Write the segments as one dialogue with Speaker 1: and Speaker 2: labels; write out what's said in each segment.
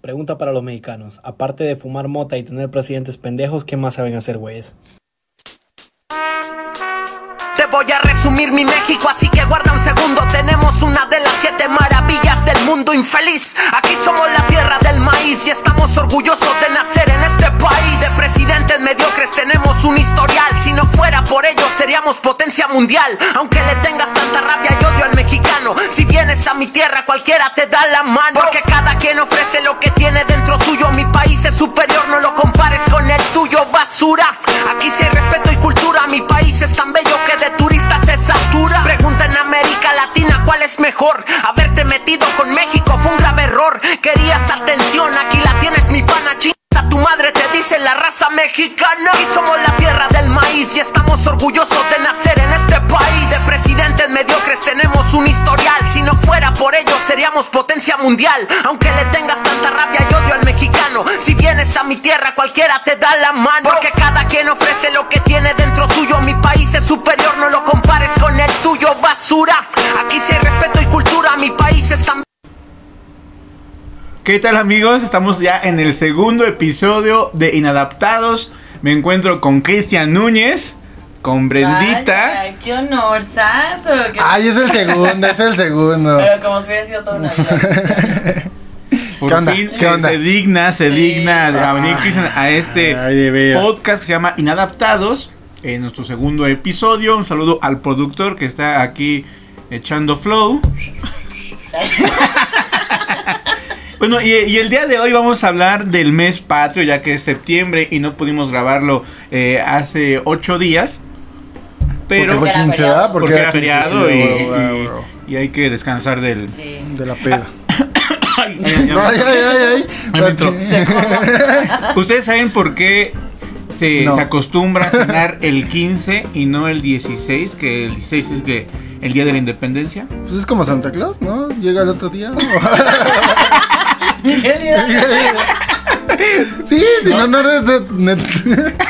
Speaker 1: Pregunta para los mexicanos. Aparte de fumar mota y tener presidentes pendejos, ¿qué más saben hacer, güeyes?
Speaker 2: Te voy a resumir mi México, así que guarda un segundo. Tenemos una de las siete maravillas del mundo infeliz. Aquí somos la tierra del maíz y estamos orgullosos de nacer en este país. De presidentes mediocres tenemos un historial. Si no fuera por ellos, seríamos potencia mundial. Aunque le tengas tanta rabia y odio al mexicano, si vienes a mi tierra, cualquiera te da la mano. Porque cada quien ofrece lo que tiene dentro suyo. Mi país es superior, no lo compares con el tuyo, basura. Aquí sí hay respeto y cultura. Mi país es tan bello que de turistas se satura. Pregunta en América Latina cuál es mejor. Haberte metido con México fue un grave error. Querías atención, aquí la tienes, mi pana chinga. Tu madre te dice la raza mexicana. Y somos la tierra del maíz y estamos orgullosos de nacer en este país. De presidentes mediocres tenemos un historial. Si no fuera por ellos, seríamos potencia mundial. Aunque le tengas tanta rabia y odio al mexicano. Si vienes a mi tierra, cualquiera te da la mano. Porque cada quien ofrece lo que tiene dentro suyo. Mi país es superior, no lo compares con el tuyo, basura. Aquí sí hay respeto y cultura. Mi país es tan.
Speaker 3: ¿Qué tal amigos? Estamos ya en el segundo episodio de Inadaptados. Me encuentro con Cristian Núñez, con Brendita.
Speaker 4: Vaya, qué honorazo. qué-
Speaker 5: Ay, es el segundo, es el segundo.
Speaker 4: Pero como si hubiera sido toda una vida.
Speaker 3: Por
Speaker 5: ¿Qué onda?
Speaker 3: fin
Speaker 5: ¿Qué
Speaker 3: se-
Speaker 5: onda? Ah,
Speaker 3: se digna, se
Speaker 4: Sí.
Speaker 3: digna de a venir Cristian a este
Speaker 5: Ay, de veras.
Speaker 3: podcast que se llama Inadaptados. En nuestro segundo episodio, un saludo al productor que está aquí echando flow. Bueno, y, y el día de hoy vamos a hablar del mes patrio, ya que es septiembre y no pudimos grabarlo eh, hace ocho días. Pero
Speaker 4: Porque
Speaker 5: Porque fue
Speaker 4: era
Speaker 5: 15,
Speaker 4: feriado.
Speaker 5: ¿verdad?
Speaker 3: porque era
Speaker 5: 15,
Speaker 3: feriado
Speaker 5: sí,
Speaker 3: y,
Speaker 5: guau,
Speaker 3: y-
Speaker 5: guau,
Speaker 3: y hay que descansar del...
Speaker 4: Sí.
Speaker 5: guau. De la peda.
Speaker 3: Ay, ya- ya me-
Speaker 5: Ay, ay, ay,
Speaker 3: Ya
Speaker 5: ay.
Speaker 3: me entró. Ustedes saben por qué se,
Speaker 5: No.
Speaker 3: se acostumbra a cenar el 15 y no el 16, que el 16 es de- el día de la independencia.
Speaker 5: Pues es como Santa Claus, ¿no? Llega el otro día.
Speaker 4: Miguel Hidalgo.
Speaker 5: Sí, si no, no eres de- de-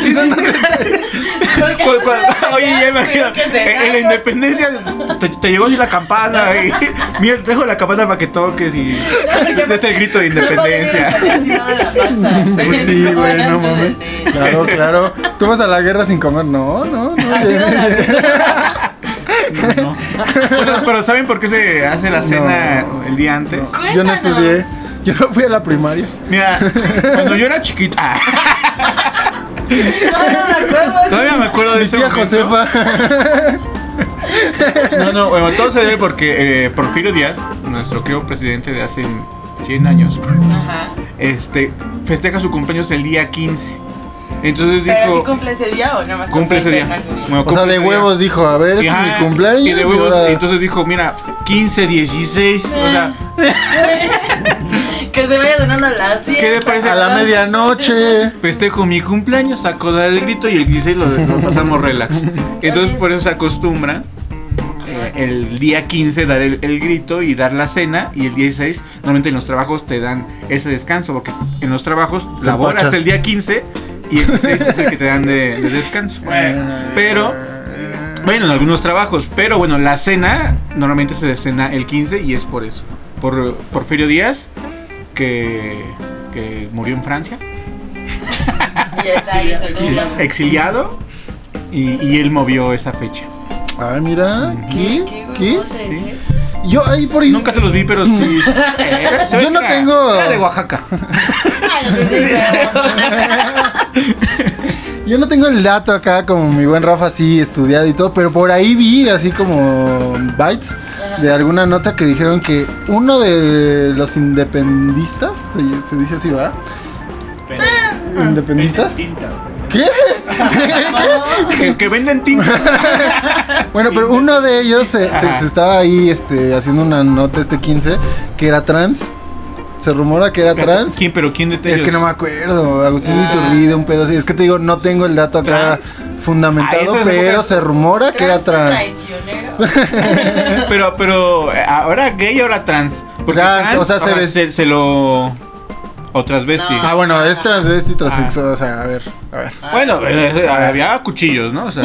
Speaker 3: Sí, sí.
Speaker 4: ¿Por qué
Speaker 3: Cu-
Speaker 4: no se
Speaker 3: cu-
Speaker 4: va a
Speaker 3: Pues, Oye, ya
Speaker 4: callar?
Speaker 3: imagino. eh,
Speaker 4: Creo que
Speaker 3: En,
Speaker 4: se
Speaker 3: en la independencia te, te llegó así la campana. Y, mira, te dejo la campana para que toques y.
Speaker 4: porque-
Speaker 3: Este el grito de independencia.
Speaker 5: Pues sí, güey, no mames. Claro, claro. Tú vas a la guerra sin comer. No, no, no.
Speaker 3: No. Bueno, pero ¿saben por qué se hace la cena el día antes?
Speaker 5: Yo no estudié. Yo no fui a la primaria.
Speaker 3: Mira, cuando yo era chiquita. Ah,
Speaker 4: No, no me acuerdo.
Speaker 3: todavía me acuerdo de
Speaker 5: Mi
Speaker 3: ese
Speaker 5: tía
Speaker 3: momento.
Speaker 5: Josefa.
Speaker 3: No, no, bueno, todo se debe porque eh, Porfirio Díaz, nuestro querido presidente de hace 100 años,
Speaker 4: Ajá.
Speaker 3: este, festeja su cumpleaños el día 15. Entonces
Speaker 4: Pero si
Speaker 3: dijo,
Speaker 4: cumple ese día o nada más
Speaker 3: cumple ese día. Bueno,
Speaker 5: O sea,
Speaker 3: cumple
Speaker 5: de
Speaker 3: ese
Speaker 5: huevos
Speaker 3: día.
Speaker 5: dijo, a ver, este
Speaker 3: Ajá,
Speaker 5: es mi cumpleaños.
Speaker 3: Y de huevos,
Speaker 5: ahora-
Speaker 3: entonces dijo, mira, 15, 16, o sea,
Speaker 4: Que se vaya sonando a las 10.
Speaker 3: ¿Qué le parece?
Speaker 5: a la medianoche.
Speaker 3: festejo mi cumpleaños, saco del grito y el 16 lo, lo pasamos relax. Entonces
Speaker 4: Oye,
Speaker 3: por eso se acostumbra eh, el día 15 dar el, el grito y dar la cena y el 16 normalmente en los trabajos te dan ese descanso porque en los trabajos laboras
Speaker 5: empachas.
Speaker 3: el día 15 y el 16 es el que te dan de, de descanso. Pero... Bueno, en algunos trabajos, pero bueno, la cena normalmente se cena el 15 y es por eso. Por Porfirio Díaz, que, que murió en Francia,
Speaker 4: Y está ahí, se tumba.
Speaker 3: exiliado, y, y él movió esa fecha.
Speaker 5: Ah, mira, ¿qué?
Speaker 4: Qué
Speaker 5: ¿Qué?
Speaker 4: huevotes, ¿eh?
Speaker 5: Yo ahí por ahí.
Speaker 3: Nunca te los vi, pero sí. eh, se ve
Speaker 5: Yo
Speaker 3: que
Speaker 5: no
Speaker 3: era-
Speaker 5: tengo-
Speaker 3: era de Oaxaca.
Speaker 4: Ay, no sé si
Speaker 5: Yo no tengo el dato acá como mi buen Rafa así estudiado y todo, pero por ahí vi así como bytes de alguna nota que dijeron que uno de los independistas, se, se dice así, ¿va? ¿Independistas? ¿Qué?
Speaker 3: Que, que venden tintas.
Speaker 5: Bueno, pero uno de ellos se, se- se estaba ahí este, haciendo una nota este 15 que era trans. Se rumora que era trans.
Speaker 3: ¿Quién, pero quién de
Speaker 5: Es que no me acuerdo, Agustín de Iturbide, un pedo así. Es que te digo, no tengo el dato acá
Speaker 3: ¿Trans? Ah,
Speaker 5: fundamentado,
Speaker 3: esas
Speaker 5: pero
Speaker 3: épocas-
Speaker 5: se rumora que era
Speaker 4: Trans
Speaker 5: trans.
Speaker 4: traicionero.
Speaker 3: Pero, pero eh, ahora gay, ahora trans. Porque
Speaker 5: Trans, o sea, se
Speaker 3: ahora
Speaker 5: ve-
Speaker 3: se, se lo. O transvesti.
Speaker 4: No.
Speaker 5: Ah, bueno, es transvesti,
Speaker 3: Ah,
Speaker 5: transexual, o sea, a ver, a ver.
Speaker 3: Bueno, eh, eh, había cuchillos, ¿no? O sea,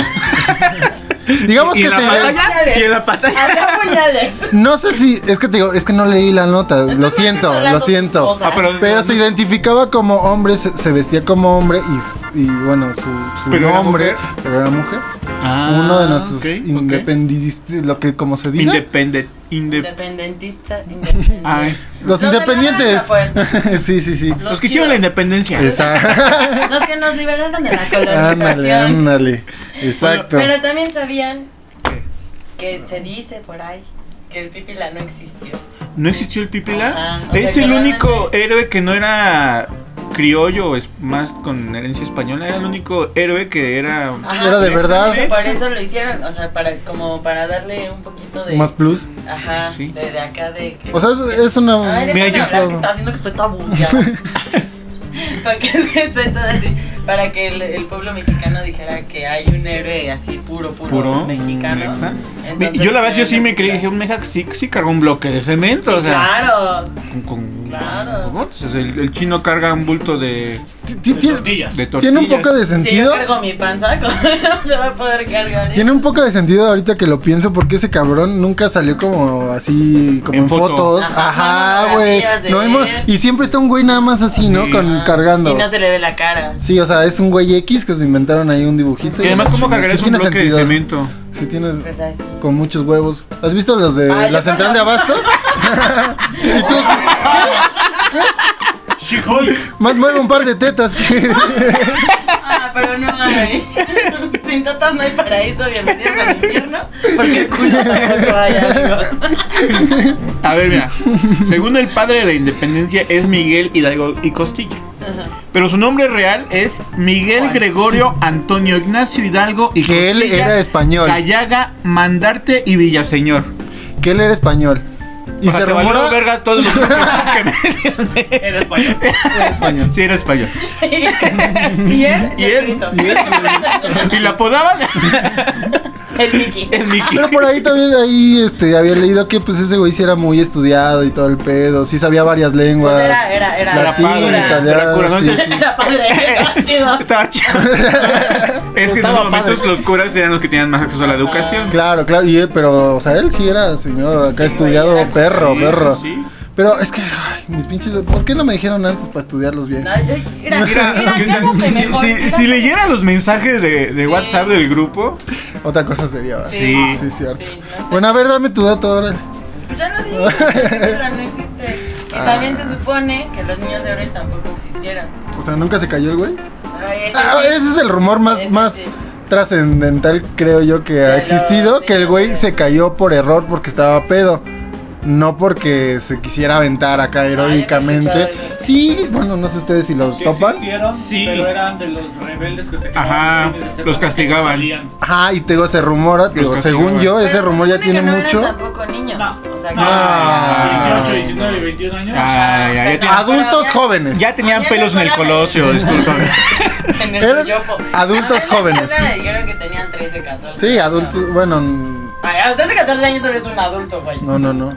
Speaker 5: Digamos
Speaker 3: y
Speaker 5: que
Speaker 3: en la
Speaker 5: se-
Speaker 3: pantalla. Y en la pantalla.
Speaker 4: Habrá puñales.
Speaker 5: No sé si, es que te digo, es que no leí la nota, lo
Speaker 4: Entonces,
Speaker 5: siento,
Speaker 4: estoy hablando
Speaker 5: lo
Speaker 4: tus
Speaker 5: siento.
Speaker 4: cosas.
Speaker 3: Ah, pero-
Speaker 5: Pero se identificaba como hombre, se, se vestía como hombre y, s- y bueno, su, su
Speaker 3: Pero era
Speaker 5: nombre,
Speaker 3: mujer.
Speaker 5: pero era mujer.
Speaker 3: Ah,
Speaker 5: Uno de nuestros
Speaker 3: ok, ok.
Speaker 5: independistas, lo que como se diga.
Speaker 3: Independent. Indep
Speaker 4: Independentista, independiente.
Speaker 3: Ay.
Speaker 4: Los
Speaker 5: los
Speaker 4: de la
Speaker 5: independientes.
Speaker 4: banda,
Speaker 5: sí, sí, sí.
Speaker 3: pues. Los que hicieron la
Speaker 4: chidos.
Speaker 3: independencia.
Speaker 5: Exacto.
Speaker 4: Los que nos liberaron de la
Speaker 5: ándale,
Speaker 4: colonización.
Speaker 5: ándale. Exacto.
Speaker 4: Pero también sabían que se dice por ahí que el pipila no existió.
Speaker 3: ¿No existió el Pipila?
Speaker 4: Ajá, o sea,
Speaker 3: es
Speaker 4: que
Speaker 3: el
Speaker 4: lo van a
Speaker 3: único
Speaker 4: hacer.
Speaker 3: héroe que no era criollo, es más con herencia española. Era el único héroe que era.
Speaker 4: Ajá,
Speaker 5: Era de
Speaker 4: por eso-
Speaker 5: verdad.
Speaker 4: Por eso lo hicieron, o sea, para, como para darle un poquito de.
Speaker 5: Más plus.
Speaker 4: Ajá,
Speaker 3: Sí.
Speaker 4: de, de acá de. que-
Speaker 5: O sea, es, es una...
Speaker 4: Ay,
Speaker 3: Mira,
Speaker 4: déjame
Speaker 3: yo-
Speaker 4: hablar, que estaba haciendo que estoy toda bugueada. para que estoy toda así, para que el, el pueblo mexicano dijera que hay un héroe así puro, puro,
Speaker 3: Puro
Speaker 4: mexicano.
Speaker 3: mexa.
Speaker 4: Entonces,
Speaker 3: yo la verdad, yo sí me creí, dije,
Speaker 4: Sí,
Speaker 3: un meja sí, sí cargó un bloque de cemento. o sea,
Speaker 4: claro.
Speaker 3: con- con-
Speaker 4: Claro.
Speaker 3: con botes. O sea, el, el chino carga un bulto de,
Speaker 5: ti- ti-
Speaker 6: De
Speaker 5: tiene-
Speaker 6: tortillas.
Speaker 3: de tortillas.
Speaker 5: tiene un poco de
Speaker 4: Si yo
Speaker 5: sentido.
Speaker 4: cargo mi panza, ¿cómo se va a poder cargar?
Speaker 5: Tiene un poco de sentido ahorita que lo pienso porque ese cabrón nunca salió como así, como en,
Speaker 3: En foto.
Speaker 5: fotos.
Speaker 4: Ajá,
Speaker 5: Ajá, güey.
Speaker 4: monografías
Speaker 5: No
Speaker 4: de
Speaker 5: hemos-
Speaker 4: él.
Speaker 5: y siempre está un güey nada más así, ¿no?
Speaker 3: Sí.
Speaker 5: Con cargando.
Speaker 4: Ah, Y no se le ve la cara.
Speaker 5: Sí, o sea, es un güey X que se inventaron ahí un dibujito.
Speaker 3: Y además, ¿cómo
Speaker 5: Sí
Speaker 3: cargarías un
Speaker 5: tiene
Speaker 3: bloque
Speaker 5: sentido.
Speaker 3: de cemento?
Speaker 5: Sí tienes
Speaker 4: Pues así.
Speaker 5: con muchos huevos. ¿Has visto los de
Speaker 4: Ah,
Speaker 5: la
Speaker 4: yo
Speaker 5: central de
Speaker 4: conozco.
Speaker 5: abasto? y tú así,
Speaker 6: She-Hulk.
Speaker 5: más mueve un par de tetas que...
Speaker 4: Ah, pero no hay. Sin totas no hay paraíso. Bienvenidos al infierno. Porque el culo tampoco hay, amigos.
Speaker 3: A ver, mira. Según el padre de la independencia es Miguel Hidalgo y Costilla. Pero su nombre real es Miguel Gregorio Antonio Ignacio Hidalgo y
Speaker 5: Que él
Speaker 3: Costilla,
Speaker 5: era español.
Speaker 3: Callaga, Mandarte y Villaseñor.
Speaker 5: que él era español. Y
Speaker 3: O sea,
Speaker 5: se
Speaker 3: te valió
Speaker 5: rumora...
Speaker 3: verga todos los que me dieron de-
Speaker 6: Era español.
Speaker 5: español.
Speaker 3: Sí, era español.
Speaker 4: Y él.
Speaker 3: Y él.
Speaker 4: El,
Speaker 3: Y la apodaban
Speaker 4: el Mickey.
Speaker 3: el Mickey.
Speaker 5: Ah, Pero por ahí también ahí este había leído que pues ese güey sí era muy estudiado y todo el pedo, sí sabía varias lenguas.
Speaker 4: Pues era- era- era-
Speaker 5: latín,
Speaker 4: era cura.
Speaker 3: Era
Speaker 5: italiano,
Speaker 3: cura, ¿no?
Speaker 5: sí,
Speaker 3: Entonces-
Speaker 5: sí.
Speaker 4: Era padre. Estaba chido.
Speaker 3: Estaba chido. Es que en
Speaker 5: Estaba
Speaker 3: esos momentos
Speaker 5: padre.
Speaker 3: los curas eran los que tenían más acceso a la educación.
Speaker 5: Claro, claro, y, él- pero o sea, él sí era señor, acá
Speaker 4: Sí,
Speaker 5: estudiado
Speaker 4: güey, era-
Speaker 5: perro,
Speaker 3: Sí,
Speaker 5: perro.
Speaker 3: sí, sí.
Speaker 5: Pero es que ay, mis pinches, ¿por qué no me dijeron antes para estudiarlos bien?
Speaker 4: No, yo- Mira, mira,
Speaker 3: Mira, que-
Speaker 4: quédate
Speaker 3: si,
Speaker 4: mejor,
Speaker 3: si-
Speaker 4: quédate
Speaker 3: si leyera los mensajes de, de WhatsApp del grupo,
Speaker 5: Otra cosa sería. ¿verdad?
Speaker 4: Sí.
Speaker 5: sí, cierto.
Speaker 4: Sí, no.
Speaker 5: Bueno, a ver, dame tu dato ahora.
Speaker 4: Ya lo dije, la película no existe. Y
Speaker 5: Ah.
Speaker 4: también se supone que los niños héroes tampoco existieron.
Speaker 5: O sea, nunca se cayó el güey.
Speaker 4: Ay, ese
Speaker 5: Ah,
Speaker 4: sí.
Speaker 5: ese es el rumor más,
Speaker 4: Ese
Speaker 5: más
Speaker 4: sí.
Speaker 5: trascendental, creo yo, que ha
Speaker 4: De
Speaker 5: existido.
Speaker 4: los
Speaker 5: Que el
Speaker 4: niños
Speaker 5: güey
Speaker 4: héroes.
Speaker 5: se cayó por error porque estaba pedo. No porque se quisiera aventar acá heroicamente.
Speaker 4: escuchado eso.
Speaker 5: Sí, bueno, no sé ustedes si los
Speaker 6: Que
Speaker 5: topan.
Speaker 6: existieron,
Speaker 3: Sí.
Speaker 6: pero eran de los rebeldes que se quedaban
Speaker 3: Ajá,
Speaker 6: sin reserva,
Speaker 3: los castigaban.
Speaker 6: salían.
Speaker 5: Ajá, y te digo, se rumora, te
Speaker 3: Los
Speaker 5: digo, según
Speaker 3: castigaban.
Speaker 5: yo,
Speaker 4: Pero
Speaker 5: ese
Speaker 4: se
Speaker 5: rumor ya
Speaker 4: supone que
Speaker 5: tiene
Speaker 4: no
Speaker 5: mucho.
Speaker 4: Eran tampoco niños.
Speaker 6: No.
Speaker 4: O sea, que
Speaker 6: No.
Speaker 5: Ah.
Speaker 6: 18, 19, 21 años.
Speaker 3: Ah, ya, ya tenían-
Speaker 5: Adultos jóvenes.
Speaker 3: ya tenían pelos en el colosio, discúlpame.
Speaker 4: En el
Speaker 5: Eran
Speaker 4: yopo.
Speaker 5: adultos
Speaker 4: A mí en la
Speaker 5: jóvenes.
Speaker 4: escuela Me dijeron que tenían 13, 14.
Speaker 5: Sí, adultos, bueno, n-
Speaker 4: Ay, a los 13, 14 años tú eres un adulto, güey.
Speaker 5: no, no, no.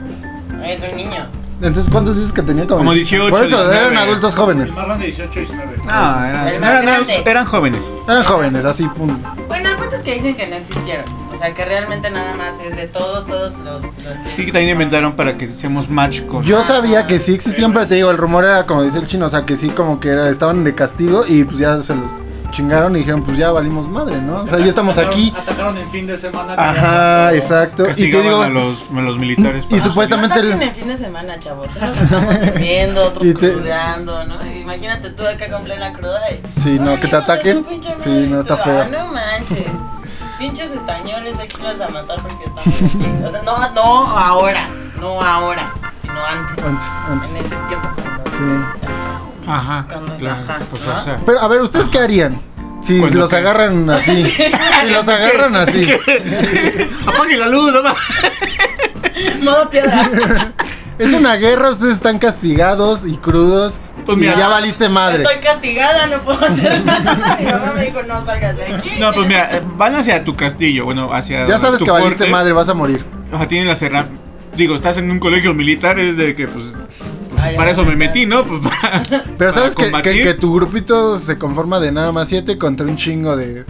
Speaker 4: Eres un niño.
Speaker 5: Entonces, ¿cuántos dices que tenía?
Speaker 3: Como 18,
Speaker 5: Por eso, eran
Speaker 3: 19.
Speaker 5: adultos jóvenes.
Speaker 6: El más grande 18, 19.
Speaker 3: No, eran,
Speaker 4: El más
Speaker 3: eran- eran-
Speaker 4: grande.
Speaker 3: eran jóvenes.
Speaker 5: Eran jóvenes, así, pum.
Speaker 4: Bueno, el punto es que dicen que no existieron. O sea, que realmente nada más es de todos, todos los. los
Speaker 3: Sí, que también inventaron para que seamos match con.
Speaker 5: Yo sabía que sí existían, pero te digo, el rumor era como dice el chino, o sea, que sí, como que era, estaban de castigo y pues ya se los chingaron y dijeron, pues ya valimos madre, ¿no? O sea, ya Pues estamos
Speaker 6: Atacaron-
Speaker 5: aquí.
Speaker 6: Atacaron el fin de semana.
Speaker 5: Ajá,
Speaker 6: Pero-
Speaker 5: exacto. Y te
Speaker 3: castigaban
Speaker 5: digo,
Speaker 3: a, los, a los militares.
Speaker 5: Y
Speaker 3: para-
Speaker 5: supuestamente-
Speaker 4: No ataquen en fin de semana, chavos. Unos estamos viendo, otros
Speaker 5: Y te-
Speaker 4: crudeando, ¿no? Imagínate tú acá con plena cruda. y-
Speaker 5: Sí, no,
Speaker 4: Ay,
Speaker 5: que
Speaker 4: hijo
Speaker 5: te
Speaker 4: de su
Speaker 5: ataquen.
Speaker 4: pinche madre.
Speaker 5: Sí, no,
Speaker 4: Y tú,
Speaker 5: está
Speaker 4: "Ah,
Speaker 5: feo.
Speaker 4: No manches. Pinches españoles, aquí los a matar porque estamos aquí. O sea, no, no ahora. No ahora, sino antes.
Speaker 5: Antes, antes.
Speaker 4: En ese tiempo cuando.
Speaker 5: Sí.
Speaker 3: Ajá.
Speaker 4: Cuando es
Speaker 3: claro,
Speaker 4: ajá,
Speaker 3: pues,
Speaker 4: ¿no?
Speaker 3: o sea,
Speaker 5: pero a ver, ¿ustedes qué harían? Si
Speaker 3: Cuando
Speaker 5: los
Speaker 3: te-
Speaker 5: agarran así. Si los agarran así.
Speaker 3: Apague la luz, no mames.
Speaker 4: modo piedra.
Speaker 5: Es una guerra, ustedes están castigados y crudos.
Speaker 3: Pues
Speaker 5: y
Speaker 3: mira.
Speaker 5: ya valiste madre.
Speaker 4: Estoy castigada, no puedo hacer nada. Mi mamá me dijo, no salgas de aquí.
Speaker 3: No, pues mira, eh, van hacia tu castillo, bueno, hacia.
Speaker 5: Ya sabes
Speaker 3: tu
Speaker 5: que valiste
Speaker 3: fuerte.
Speaker 5: madre, vas a morir.
Speaker 3: O sea, tienen la serra. Digo, estás en un colegio militar, es de que, pues. pues,
Speaker 4: Ay,
Speaker 3: para
Speaker 4: ay,
Speaker 3: eso me
Speaker 4: ay.
Speaker 3: metí, ¿no? Pues para.
Speaker 5: Pero
Speaker 3: para
Speaker 5: sabes que, que-
Speaker 3: combatir.
Speaker 5: que tu grupito se conforma de nada más siete contra un chingo de,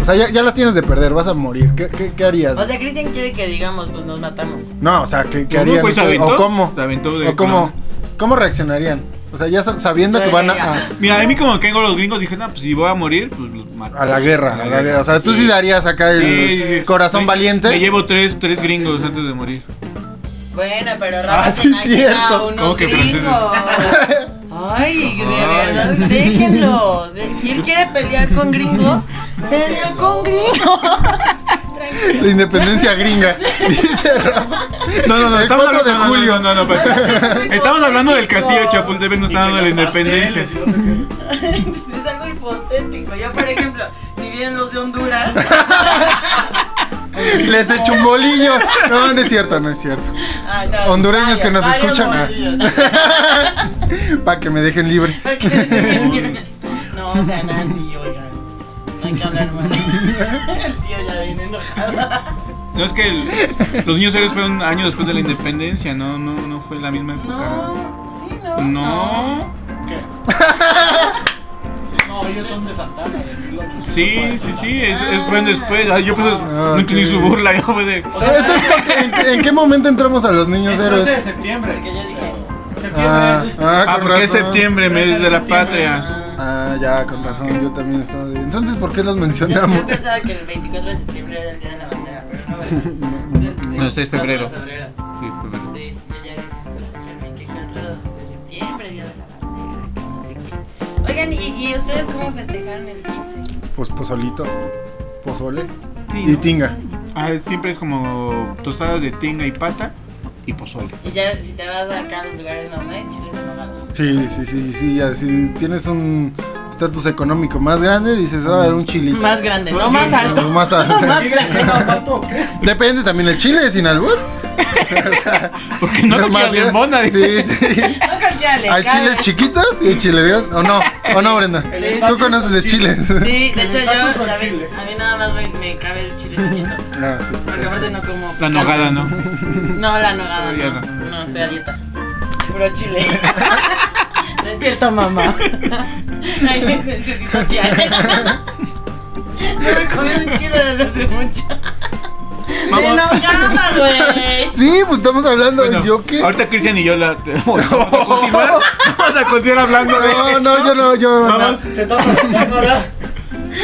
Speaker 5: O sea, ya, ya las tienes de perder, vas a morir. ¿Qué, qué, qué harías?
Speaker 4: O sea, Cristian quiere que digamos, pues nos matamos.
Speaker 5: no, o sea, ¿qué, qué
Speaker 3: No,
Speaker 5: harían?
Speaker 3: pues, se
Speaker 5: ustedes?
Speaker 3: aventó,
Speaker 5: ¿O cómo?
Speaker 3: se aventó de
Speaker 5: ¿O cómo,
Speaker 3: colado.
Speaker 5: cómo reaccionarían? O sea, ya sa- sabiendo
Speaker 4: Yo
Speaker 5: que van
Speaker 4: diría,
Speaker 5: a, a-
Speaker 3: Mira, a mí como que vengo los gringos dije, no, pues si voy a morir, pues los mato.
Speaker 5: a la guerra. a la guerra. O sea, tú sí darías acá el
Speaker 3: Sí, sí, sí.
Speaker 5: corazón
Speaker 3: Me-
Speaker 5: valiente.
Speaker 3: Me llevo tres, tres gringos antes de morir.
Speaker 4: Bueno, pero Rafa
Speaker 5: Ah,
Speaker 4: se
Speaker 5: sí,
Speaker 4: imagina
Speaker 5: cierto.
Speaker 4: a unos
Speaker 3: ¿Cómo que franceses?
Speaker 4: gringos. Ay, de verdad, déjenlo. De- si él quiere pelear con gringos, pelea con gringos.
Speaker 5: La independencia gringa. Dice Rafa.
Speaker 3: No, no, no,
Speaker 5: El
Speaker 3: estamos
Speaker 5: 4
Speaker 3: hablando
Speaker 5: de
Speaker 3: no, no,
Speaker 5: julio.
Speaker 3: No, no, no, pero- estamos hablando del castillo de Chapultepec, no
Speaker 6: Y que
Speaker 3: estamos hablando de la
Speaker 6: los pasteles
Speaker 3: independencia.
Speaker 6: y no sé qué.
Speaker 4: es algo hipotético. Yo, por ejemplo, si vienen los de Honduras,
Speaker 5: Les echo un bolillo. No, no es cierto, no es cierto.
Speaker 4: Ah, no,
Speaker 5: Hondureños que nos
Speaker 4: varios
Speaker 5: escuchan, ah.
Speaker 4: bolillos.
Speaker 5: Para que me dejen libre.
Speaker 4: Porque- no, o sea, nada, sí, oigan. No hay que hablar mal. El tío ya viene enojado.
Speaker 3: No es que el- los niños héroes fue un año después de la independencia, no, no, no fue la misma época.
Speaker 4: No, sí, no.
Speaker 3: No.
Speaker 6: No, ellos son de Santana, de 1800.
Speaker 3: Sí, sí, sí, es, es fue después. Ay, yo pues, no
Speaker 5: Ah, ok. Ah,
Speaker 3: entendí su burla, ya fue de.
Speaker 5: Entonces, ¿por qué- en, qué- en qué momento entramos a los niños
Speaker 6: Es 12 de
Speaker 5: héroes?
Speaker 6: septiembre.
Speaker 4: Porque yo dije.
Speaker 6: Septiembre.
Speaker 5: Ah, ah,
Speaker 3: Ah,
Speaker 5: con
Speaker 3: porque es
Speaker 5: razón.
Speaker 3: septiembre, mes de la patria.
Speaker 4: ah.
Speaker 5: Ah, ya, con razón, yo también estaba de... Entonces, ¿por qué los
Speaker 4: Yo,
Speaker 5: mencionamos?
Speaker 4: yo pensaba que el 24 de septiembre era el día de la bandera, pero no, ¿verdad?
Speaker 3: No, es febrero.
Speaker 4: de febrero.
Speaker 3: Sí, fue verdad.
Speaker 4: Sí, yo ya dije, el 24 de septiembre, día de la bandera, que no sé qué. Oigan, ¿y, y ustedes cómo festejaron el 15?
Speaker 5: Pues pozolito, pozole
Speaker 3: Sí,
Speaker 5: y
Speaker 3: ¿no?
Speaker 5: tinga.
Speaker 3: Ah, siempre es como tostadas de tinga y pata y pozole.
Speaker 4: Y ya, si te vas acá a los lugares mamá, chiles de mamá.
Speaker 5: Sí, sí, sí, sí, ya, si tienes un estatus económico más grande, dices, ahora un chilito.
Speaker 4: Más grande, no
Speaker 3: no
Speaker 4: más
Speaker 3: más
Speaker 4: alto.
Speaker 5: No, más alto.
Speaker 4: más grande.
Speaker 5: Depende también el chile, sin albur. O sea,
Speaker 3: Porque no
Speaker 5: lo
Speaker 3: te queda bien bona,
Speaker 5: Sí, sí.
Speaker 4: No cualquiera le
Speaker 5: Hay
Speaker 4: cabe.
Speaker 5: chiles chiquitos y chiles grandes. ¿O no? ¿O no, Brenda? Tú
Speaker 6: estatus
Speaker 5: conoces de chiles.
Speaker 4: Sí, de hecho
Speaker 6: tacos
Speaker 4: yo,
Speaker 6: o
Speaker 4: a mí,
Speaker 6: chile?
Speaker 4: a mí nada más me, me cabe el chile chiquito.
Speaker 5: Ah, sí,
Speaker 4: Porque aparte no como.
Speaker 3: La
Speaker 4: picante.
Speaker 3: nogada, ¿no?
Speaker 4: No, la nogada
Speaker 3: Ya
Speaker 4: no.
Speaker 3: no.
Speaker 4: No, estoy a dieta. Puro chile. No es cierto, mamá. Ay, necesito chile. No me comí un chile desde hace mucho. De
Speaker 3: Vamos.
Speaker 4: nogada, güey.
Speaker 5: Sí, pues estamos hablando
Speaker 3: Bueno,
Speaker 5: de yo qué.
Speaker 3: Ahorita Cristian y yo la vamos a continuar. Vamos a continuar hablando de
Speaker 5: No,
Speaker 3: esto.
Speaker 5: no, yo no, yo no.
Speaker 3: Vamos,
Speaker 6: Se toma la cámara.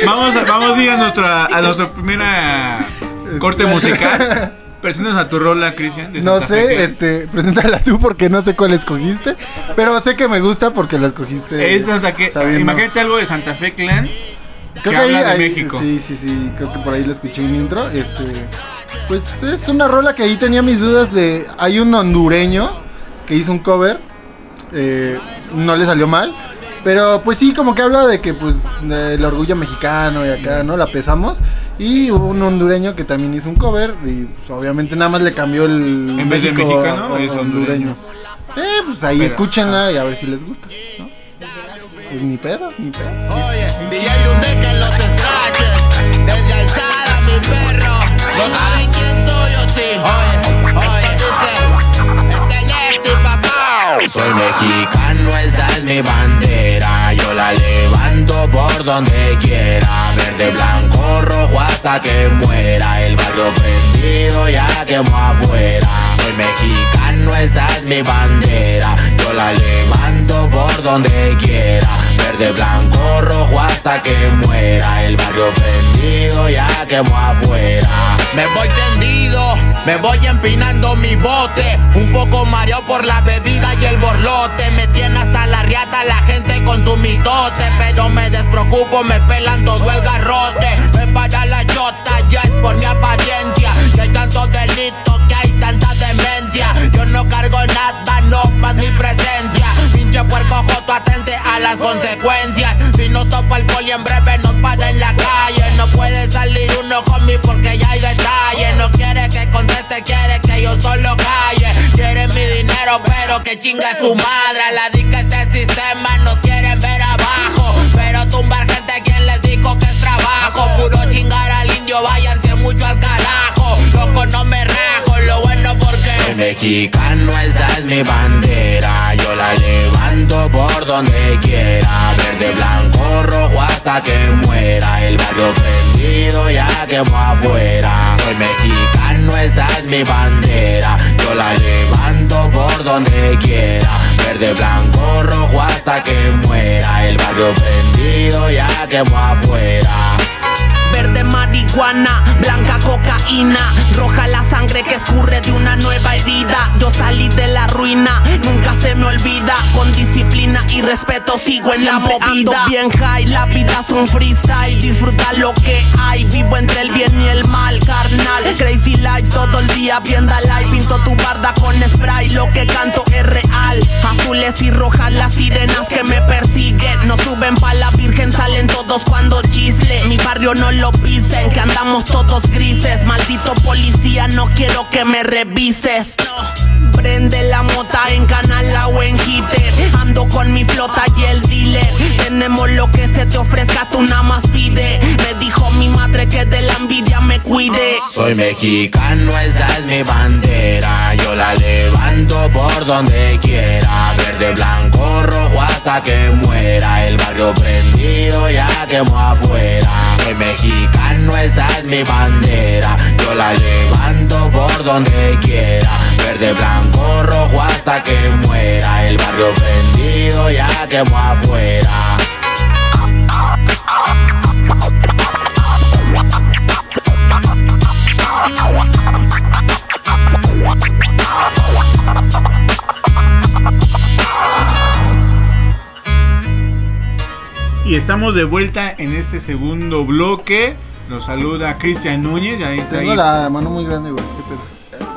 Speaker 3: vamos, a, vamos a ir a nuestra, a nuestra primera corte musical. Preséntanos a tu rola, Cristian. de
Speaker 5: No
Speaker 3: Santa Fe,
Speaker 5: sé,
Speaker 3: Clan.
Speaker 5: este, preséntala tú porque no sé cuál escogiste, pero sé que me gusta porque la escogiste.
Speaker 3: Es Santa que,
Speaker 5: sabiendo.
Speaker 3: imagínate algo de Santa Fe Clan.
Speaker 5: Creo
Speaker 3: que
Speaker 5: que ahí,
Speaker 3: habla de
Speaker 5: ahí-
Speaker 3: México.
Speaker 5: Sí, sí, sí, creo que por ahí la escuché en intro. Este, pues es una rola que ahí tenía mis dudas de. Hay un hondureño que hizo un cover, eh, no le salió mal, pero pues sí, como que habla de que pues el orgullo mexicano y acá, ¿no? La pesamos. Y hubo un hondureño que también hizo un cover y pues, obviamente nada más le cambió el.
Speaker 3: En vez de
Speaker 5: México
Speaker 3: mexicano, es hondureño.
Speaker 5: Eh, pues ahí
Speaker 3: Pero,
Speaker 5: escúchenla y a ver si les gusta, ¿no? Pues ni pedo, ni pedo.
Speaker 7: Oye, DJ Yume que los scratches Desde alzada mi perro No saben quién soy yo sí Oye, oye, dice Es el este papá Soy mexicano, esa es mi bandera Yo la levanto por donde quiera Verde, blanco, rojo hasta que muera El barrio prendido ya quemó afuera Soy mexicano, esa es mi bandera Yo la levanto por donde quiera Verde, blanco, rojo hasta que muera El barrio prendido ya quemó afuera Me voy tendido, me voy empinando mi bote Un poco mareado por la bebida y el borlote Me tiene hasta la riata la gente con su mitote Pero me despreocupo, me pelan todo el garrote Me para la chota, ya es por mi apariencia Y hay tanto delito que hay tanta demencia Yo no cargo nada, no más mi presencia Pinche puerco joto, atente a las consecuencias Si no topa el poli en breve nos para en la calle No puede salir uno conmigo porque ya hay detalle No quiere que conteste, quiere que yo solo calle Quiere mi dinero pero que chinga su madre A La dica este sistema nos quieren ver abajo Pero tumbar gente quien les dijo que es trabajo Puro chingar al indio, váyanse mucho al carajo Loco no me rajo, lo bueno porque Soy mexicano, esa es mi bandera Yo la la levanto por donde quiera. Verde, blanco, rojo hasta que muera. El barrio prendido ya quemó afuera. Soy mexicano, esa es mi bandera. Yo la levanto por donde quiera. Verde, blanco, rojo hasta que muera. El barrio prendido ya quemó afuera.
Speaker 2: Verde marihuana, blanca cocaína, roja la sangre que escurre de una nueva herida. Yo salí de la ruina, nunca se me olvida. Con disciplina y respeto sigo en la
Speaker 8: Siempre ando
Speaker 2: movida. Bien high, la vida es un freestyle. Disfruta lo que hay, vivo entre el bien y el mal, carnal. Crazy life todo el día, vienda live. Pinto tu barda con spray, lo que canto es real. Azules y rojas las sirenas que me persiguen. No suben pa' la virgen, salen todos cuando chisle. Mi barrio no lo pisen, que andamos todos grises. Maldito policía, no quiero que me revises. Prende la mota en canala o en hitter. Ando con mi flota y el dealer. Tenemos lo que se te ofrezca, tú nada más pide. Me dijo mi madre que de la envidia me cuide.
Speaker 7: Soy mexicano, esa es mi bandera. Yo la levanto por donde quiera. Verde, blanco, rojo hasta que muera. El barrio prendido ya quemó afuera. Soy mexicano, esa es mi bandera. Yo la levanto por donde quiera. Verde, blanco, rojo hasta que muera. El barrio prendido ya quemó afuera.
Speaker 3: Y estamos de vuelta en este segundo bloque. Nos saluda Cristian Núñez, ya está
Speaker 5: Tengo
Speaker 3: ahí.
Speaker 5: la mano muy grande, güey. ¿Qué pedo?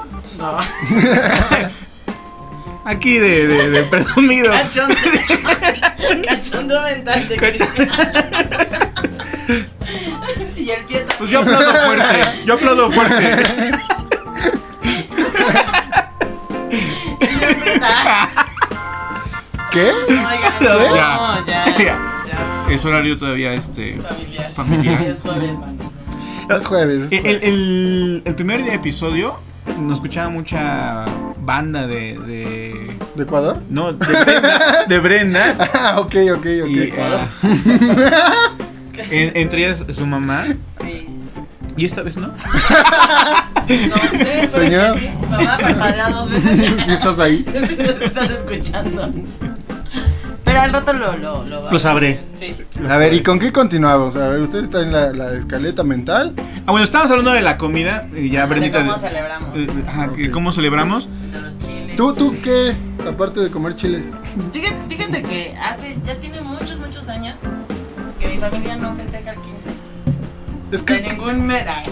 Speaker 3: Aquí de, de- de presumido.
Speaker 4: Cachondo. Cachondo mental. te creo. y el pie
Speaker 3: Pues yo aplaudo fuerte, yo aplaudo fuerte.
Speaker 5: ¿Qué?
Speaker 4: Oigan,
Speaker 3: Ya.
Speaker 4: no, ya.
Speaker 3: Ya. Es horario todavía este
Speaker 6: familiar.
Speaker 3: familiar. E,
Speaker 4: Es jueves, man.
Speaker 5: Es jueves. es
Speaker 3: El,
Speaker 5: jueves.
Speaker 3: el- el- el primer episodio nos escuchaba mucha banda de. de-
Speaker 5: ¿De Ecuador?
Speaker 3: no, de Brenda. De Brenda
Speaker 5: Ah, ok, ok, ok.
Speaker 3: y, ah, en- entre ellas su mamá.
Speaker 4: Sí.
Speaker 3: Y esta vez no.
Speaker 4: No sé,
Speaker 5: Señora.
Speaker 4: Señor. Mamá parpadea dos veces.
Speaker 5: ¿Sí estás ahí?
Speaker 4: No sé si nos estás escuchando. Pero al rato lo, lo, lo,
Speaker 3: Lo sabré.
Speaker 4: Sí.
Speaker 5: A ver, ¿y con qué continuamos? A ver, ustedes están en la, la escaleta mental.
Speaker 3: Ah, bueno, estábamos hablando de la comida. Y ya
Speaker 4: Ah, De
Speaker 3: Brendita.
Speaker 4: cómo celebramos.
Speaker 3: eh, ajá, que
Speaker 5: Ok.
Speaker 3: ¿Cómo celebramos?
Speaker 4: De los chiles.
Speaker 5: ¿Tú, tú qué? Aparte de comer chiles.
Speaker 4: Fíjate, fíjate que hace, ya tiene muchos, muchos años que mi familia no festeja el 15.
Speaker 5: Es
Speaker 4: De
Speaker 5: que,
Speaker 4: ningún mes. Ay.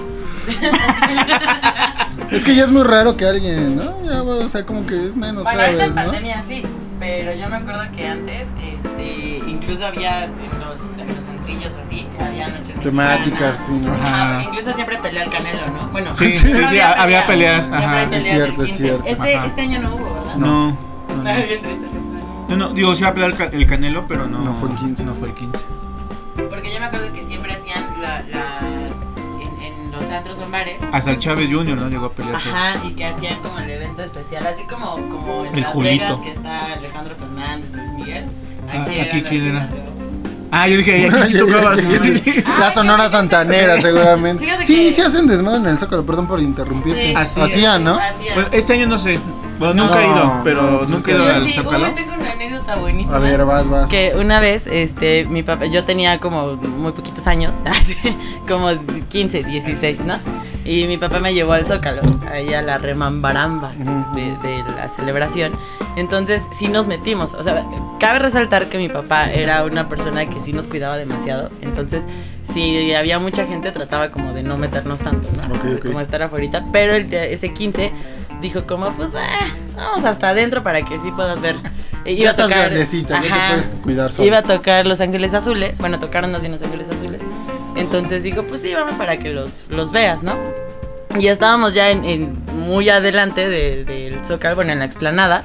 Speaker 5: es que ya es muy raro que alguien, ¿no? Ya, güey, o sea, como que es menos
Speaker 4: Bueno,
Speaker 5: cada
Speaker 4: ahorita en
Speaker 5: vez, ¿no?
Speaker 4: pandemia sí, pero yo me acuerdo que antes, este, incluso había en los, en los centrillos o así, había noches
Speaker 5: Temáticas, sí, ¿no?
Speaker 4: Ajá,
Speaker 3: Ajá.
Speaker 4: porque incluso siempre pelea el canelo, ¿no? Bueno,
Speaker 3: Sí,
Speaker 5: sí,
Speaker 4: no
Speaker 3: sí, había peleas,
Speaker 4: siempre
Speaker 3: ajá.
Speaker 4: hay
Speaker 3: Es
Speaker 4: peleas el
Speaker 5: cierto, es
Speaker 4: 15.
Speaker 5: cierto,
Speaker 4: Este,
Speaker 3: ajá.
Speaker 4: este año no hubo, ¿verdad?
Speaker 3: No. no, no.
Speaker 4: Bien triste.
Speaker 3: No, no, digo, sí va a pelear el ca- el Canelo, pero no.
Speaker 5: No fue el 15.
Speaker 3: No fue el 15.
Speaker 4: Porque yo me acuerdo que siempre hacían la- las, en, en los antros o bares,
Speaker 3: Hasta el Chávez Jr., ¿no? Llegó a pelear.
Speaker 4: Ajá, y que hacían como el evento especial, así como, como en
Speaker 3: El
Speaker 4: Las
Speaker 3: Julito.
Speaker 4: Vegas que está Alejandro Fernández, Luis Miguel.
Speaker 3: Ah,
Speaker 4: Aquí,
Speaker 3: aquí,
Speaker 4: eran
Speaker 3: ¿quién
Speaker 4: los
Speaker 3: era?
Speaker 4: primeros.
Speaker 3: Ah, yo dije, "Ay, aquí tú pruebas.
Speaker 4: Ah,
Speaker 5: La Sonora Santanera, seguramente.
Speaker 4: Fíjate
Speaker 5: Sí,
Speaker 4: que-
Speaker 5: sí hacen desmadre en el Zócalo, perdón por interrumpirte.
Speaker 4: Sí.
Speaker 3: Así
Speaker 5: Hacían, ¿no?
Speaker 4: Hacían.
Speaker 3: Bueno, este año no sé. Bueno, nunca he
Speaker 5: No,
Speaker 3: ido, pero
Speaker 5: no,
Speaker 3: nunca he
Speaker 5: pues,
Speaker 3: ido
Speaker 5: ¿qué
Speaker 4: Yo
Speaker 3: al
Speaker 4: sí,
Speaker 3: Zócalo.
Speaker 4: uy, tengo una anécdota buenísima.
Speaker 5: A ver, vas, vas.
Speaker 4: Que una vez, este, mi papá, yo tenía como muy poquitos años, así, como 15, 16, ¿no? Y mi papá me llevó al Zócalo, ahí a la remambaramba de, de la celebración. Entonces, sí nos metimos. O sea, cabe resaltar que mi papá era una persona que sí nos cuidaba demasiado. Entonces, si había mucha gente, trataba como de no meternos tanto, ¿no?
Speaker 5: Ok,
Speaker 4: O sea,
Speaker 5: ok.
Speaker 4: Como estar afuera. Pero el de- ese 15 dijo como, pues, bah, vamos hasta adentro para que sí puedas ver. E
Speaker 5: Ya estás grandecita, ya te
Speaker 4: Ajá.
Speaker 5: puedes cuidar sola.
Speaker 4: Iba a tocar Los Ángeles Azules. Bueno, tocaron más bien Los Ángeles Azules. Entonces dijo, pues sí, vamos para que los, los veas, ¿no? Y estábamos ya en, en- muy adelante de- del Zócalo, bueno, en la explanada.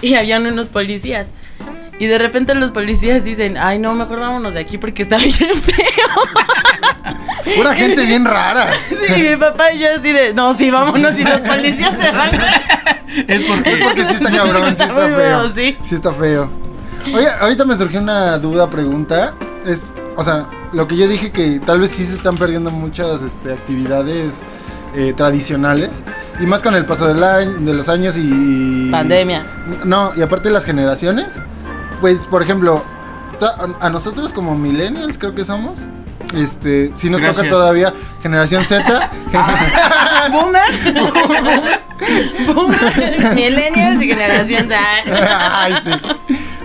Speaker 4: Y habían unos policías. Y de repente los policías dicen, ay no, mejor vámonos de aquí porque está bien feo.
Speaker 5: Pura gente bien rara.
Speaker 4: Sí, mi papá y yo así de, no, sí, vámonos y los policías se van.
Speaker 3: Es porque.
Speaker 5: Es porque sí está cabrón, sí
Speaker 4: Muy
Speaker 5: está
Speaker 4: feo,
Speaker 5: feo.
Speaker 4: sí.
Speaker 5: Sí está feo. Oye, ahorita me surgió una duda, pregunta. Es, o sea, lo que yo dije que tal vez sí se están perdiendo muchas este, actividades eh, tradicionales. Y más con el paso del año- de los años y...
Speaker 4: Pandemia.
Speaker 5: No, y aparte las generaciones. Pues, por ejemplo, ta- a nosotros como millennials creo que somos. Este, si nos
Speaker 3: Gracias.
Speaker 5: toca todavía generación Z,
Speaker 4: Boomer. Boomer. Millennials y generación Z.
Speaker 5: Ay, sí.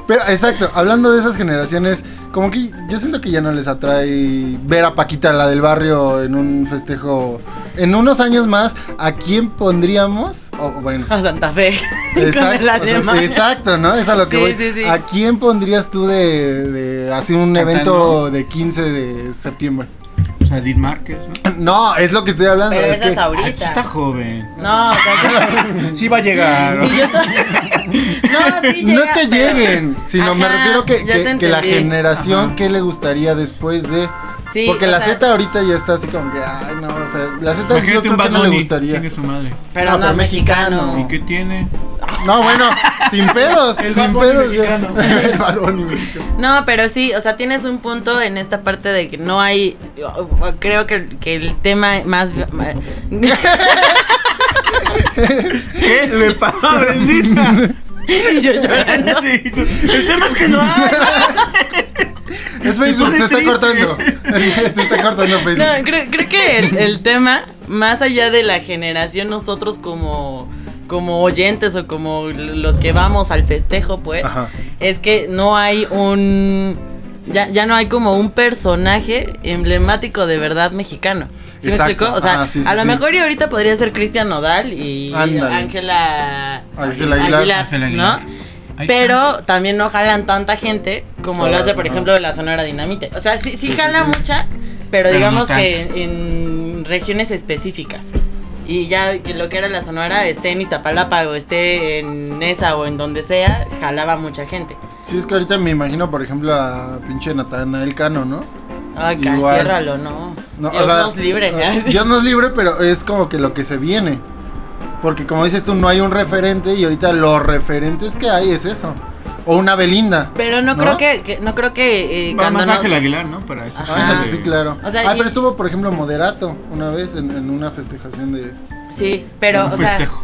Speaker 5: Pero exacto, hablando de esas generaciones, como que yo siento que ya no les atrae ver a Paquita, la del barrio, en un festejo. En unos años más, ¿a quién pondríamos? Oh, bueno.
Speaker 4: A Santa Fe. Con
Speaker 5: Exacto,
Speaker 4: el
Speaker 5: o sea,
Speaker 4: alemán.
Speaker 5: exacto, ¿no? Es a lo que
Speaker 4: Sí,
Speaker 5: voy.
Speaker 4: sí, sí.
Speaker 5: ¿A quién pondrías tú de, de así un
Speaker 3: Cantando.
Speaker 5: evento de 15 de septiembre?
Speaker 3: O sea, Edith Márquez, ¿no?
Speaker 5: No, es lo que estoy hablando.
Speaker 4: Pero
Speaker 5: es
Speaker 4: esa
Speaker 5: que-
Speaker 4: es
Speaker 3: Ah, está
Speaker 4: ahorita.
Speaker 3: joven.
Speaker 4: No, o sea,
Speaker 3: Sí va a llegar.
Speaker 4: sí, yo to- No, sí
Speaker 5: No es
Speaker 4: llega,
Speaker 5: que
Speaker 4: pero-
Speaker 5: lleguen, sino me
Speaker 4: Ajá,
Speaker 5: refiero que,
Speaker 4: ya
Speaker 5: que-
Speaker 4: te
Speaker 5: que la
Speaker 4: entendí.
Speaker 5: generación,
Speaker 3: Ajá.
Speaker 5: ¿qué le gustaría después de...?
Speaker 4: Sí,
Speaker 5: Porque
Speaker 4: o
Speaker 5: la
Speaker 4: sea,
Speaker 5: Z ahorita ya está así como que, ay, no, o sea, la Z yo creo
Speaker 3: Imagínate
Speaker 5: que
Speaker 3: un Bad
Speaker 5: no le
Speaker 3: Bunny.
Speaker 5: gustaría.
Speaker 3: Tiene su madre.
Speaker 4: Pero
Speaker 5: No,
Speaker 4: no,
Speaker 5: pero
Speaker 4: es mexicano.
Speaker 5: mexicano.
Speaker 3: ¿Y qué tiene?
Speaker 5: No, bueno, sin pedos,
Speaker 6: El
Speaker 5: sin
Speaker 6: Bad Bunny
Speaker 5: pedos. yo-
Speaker 6: mexicano.
Speaker 5: El Bad Bunny mexicano.
Speaker 4: No, pero sí, o sea, tienes un punto en esta parte de que no hay. Creo que, que el tema más.
Speaker 3: ¿Qué le pasa, bendita?
Speaker 4: y yo llorando.
Speaker 3: El tema es que no hay.
Speaker 5: Es Facebook,
Speaker 3: pone
Speaker 5: se está
Speaker 3: triste.
Speaker 5: cortando. se está cortando
Speaker 4: No,
Speaker 5: Facebook.
Speaker 4: creo, creo que el, el tema, más allá de la generación, nosotros como, como oyentes o como l- los que vamos al festejo, pues,
Speaker 5: Ajá.
Speaker 4: es que no hay un. Ya, ya no hay como un personaje emblemático de verdad mexicano. ¿Sí
Speaker 5: Exacto.
Speaker 4: me explico? O sea,
Speaker 5: Ah, sí, sí,
Speaker 4: a lo
Speaker 5: sí.
Speaker 4: mejor y ahorita podría ser Cristian Nodal y
Speaker 5: Ándale.
Speaker 4: Ángela
Speaker 5: Ángela Aguilar.
Speaker 3: Ángela
Speaker 4: ¿no?
Speaker 3: Aguilar. ah. Ahí
Speaker 4: Pero también no jalan tanta gente como lo
Speaker 5: Claro,
Speaker 4: hace, por
Speaker 5: ajá.
Speaker 4: ejemplo, la Sonora Dinamite. O sea, sí, sí
Speaker 5: Sí, sí,
Speaker 4: jala
Speaker 5: sí.
Speaker 4: mucha, pero,
Speaker 3: Pero
Speaker 4: digamos
Speaker 3: no
Speaker 4: que en regiones específicas. Y ya que lo que era la Sonora esté en Iztapalapa o esté en esa o en donde sea, jalaba mucha gente.
Speaker 5: Sí, es que ahorita me imagino, por ejemplo, a pinche Natanael Cano, ¿no?
Speaker 4: Ay, ca-
Speaker 5: Igual.
Speaker 4: Ah, ciérralo, no.
Speaker 5: No,
Speaker 4: Dios
Speaker 5: o sea,
Speaker 4: nos libre.
Speaker 5: eh, Dios nos libre, pero es como que lo que se viene. Porque como dices tú, no hay un referente y ahorita los referentes que hay es eso. O una Belinda.
Speaker 4: Pero no, creo que, que- no creo que eh,
Speaker 3: Va más
Speaker 4: cuando
Speaker 3: Ángel
Speaker 4: nos-
Speaker 3: Aguilar, ¿no? Para eso.
Speaker 4: Ajá.
Speaker 5: Ah, sí, claro.
Speaker 4: O sea,
Speaker 5: ah,
Speaker 4: y-
Speaker 5: pero estuvo, por ejemplo, Moderato una vez en, en una festejación de...
Speaker 4: Sí, pero, o sea,
Speaker 3: festejo.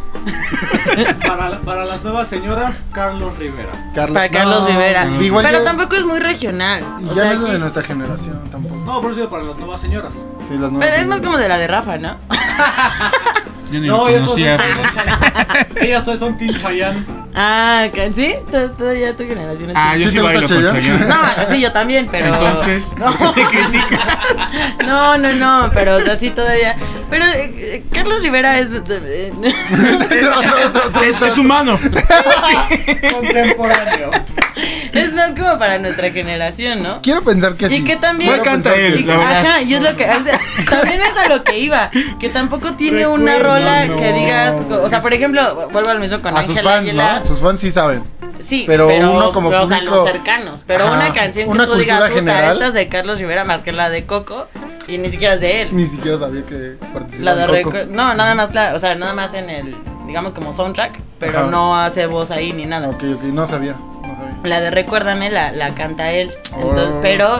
Speaker 6: Para, para las nuevas señoras, Carlos Rivera.
Speaker 5: Carlos,
Speaker 4: para Carlos
Speaker 5: No,
Speaker 4: Rivera.
Speaker 5: Igual
Speaker 4: Pero
Speaker 5: ya-
Speaker 4: tampoco es muy regional.
Speaker 5: y
Speaker 4: O
Speaker 5: ya
Speaker 4: sea,
Speaker 5: no es
Speaker 4: aquí-
Speaker 5: de nuestra generación tampoco.
Speaker 6: No, por eso digo para las nuevas señoras.
Speaker 5: Sí, las nuevas
Speaker 4: Pero es más
Speaker 5: generaciones.
Speaker 4: como de la de Rafa, ¿no?
Speaker 3: Yo ni
Speaker 6: No,
Speaker 3: lo
Speaker 6: ellas todas
Speaker 3: conocía. pero-
Speaker 6: son Chayanne. Ellas todas son Team Chayanne.
Speaker 4: Ah, ¿ca- ¿sí? Tú- tú ya tu generación es
Speaker 3: Ah, yo
Speaker 5: ¿Sí
Speaker 3: sí
Speaker 5: te
Speaker 3: bailo
Speaker 5: gusta
Speaker 3: con
Speaker 5: Chayanne?
Speaker 3: Chayanne.
Speaker 4: No, sí, yo también, pero.
Speaker 3: Entonces,
Speaker 4: No,
Speaker 3: ¿por qué me critica?
Speaker 4: no, no, no, pero o sea, sí todavía. Pero eh, eh, Carlos Rivera es. eh,
Speaker 3: Es, es humano.
Speaker 6: Contemporáneo.
Speaker 4: es más como para nuestra generación, ¿no?
Speaker 5: Quiero pensar que
Speaker 4: Y
Speaker 5: sí.
Speaker 4: que también-
Speaker 5: Quiero
Speaker 3: Canta
Speaker 5: pensar que
Speaker 3: él,
Speaker 5: sí.
Speaker 3: la verdad.
Speaker 4: Ajá, y es lo que. o sea, también es a lo que iba. Que tampoco tiene una
Speaker 6: Recuerda,
Speaker 4: rola
Speaker 5: no.
Speaker 4: que digas. O sea, por ejemplo, vuelvo al mismo con
Speaker 5: A sus
Speaker 4: Ángela
Speaker 5: fans,
Speaker 4: Aguilar.
Speaker 5: ¿no? Sus fans sí saben.
Speaker 4: Sí, pero,
Speaker 5: Pero uno como
Speaker 4: o sea,
Speaker 5: público-
Speaker 4: los cercanos. Pero
Speaker 5: Ajá,
Speaker 4: una canción que
Speaker 5: una
Speaker 4: tú digas,
Speaker 5: cultura
Speaker 4: puta,
Speaker 5: general.
Speaker 4: esta es de Carlos Rivera más que la de Coco. Y ni siquiera es de él.
Speaker 5: Ni siquiera sabía que
Speaker 4: La
Speaker 5: participaba
Speaker 4: de
Speaker 5: en Coco.
Speaker 4: recu- No, nada más, la, o sea, nada más en el, digamos como soundtrack, pero
Speaker 5: Ajá.
Speaker 4: no hace voz ahí ni nada.
Speaker 5: Ah, Ok, ok, no sabía. No sabía.
Speaker 4: La de Recuérdame la, la canta él, entonces-
Speaker 5: Oh.
Speaker 4: pero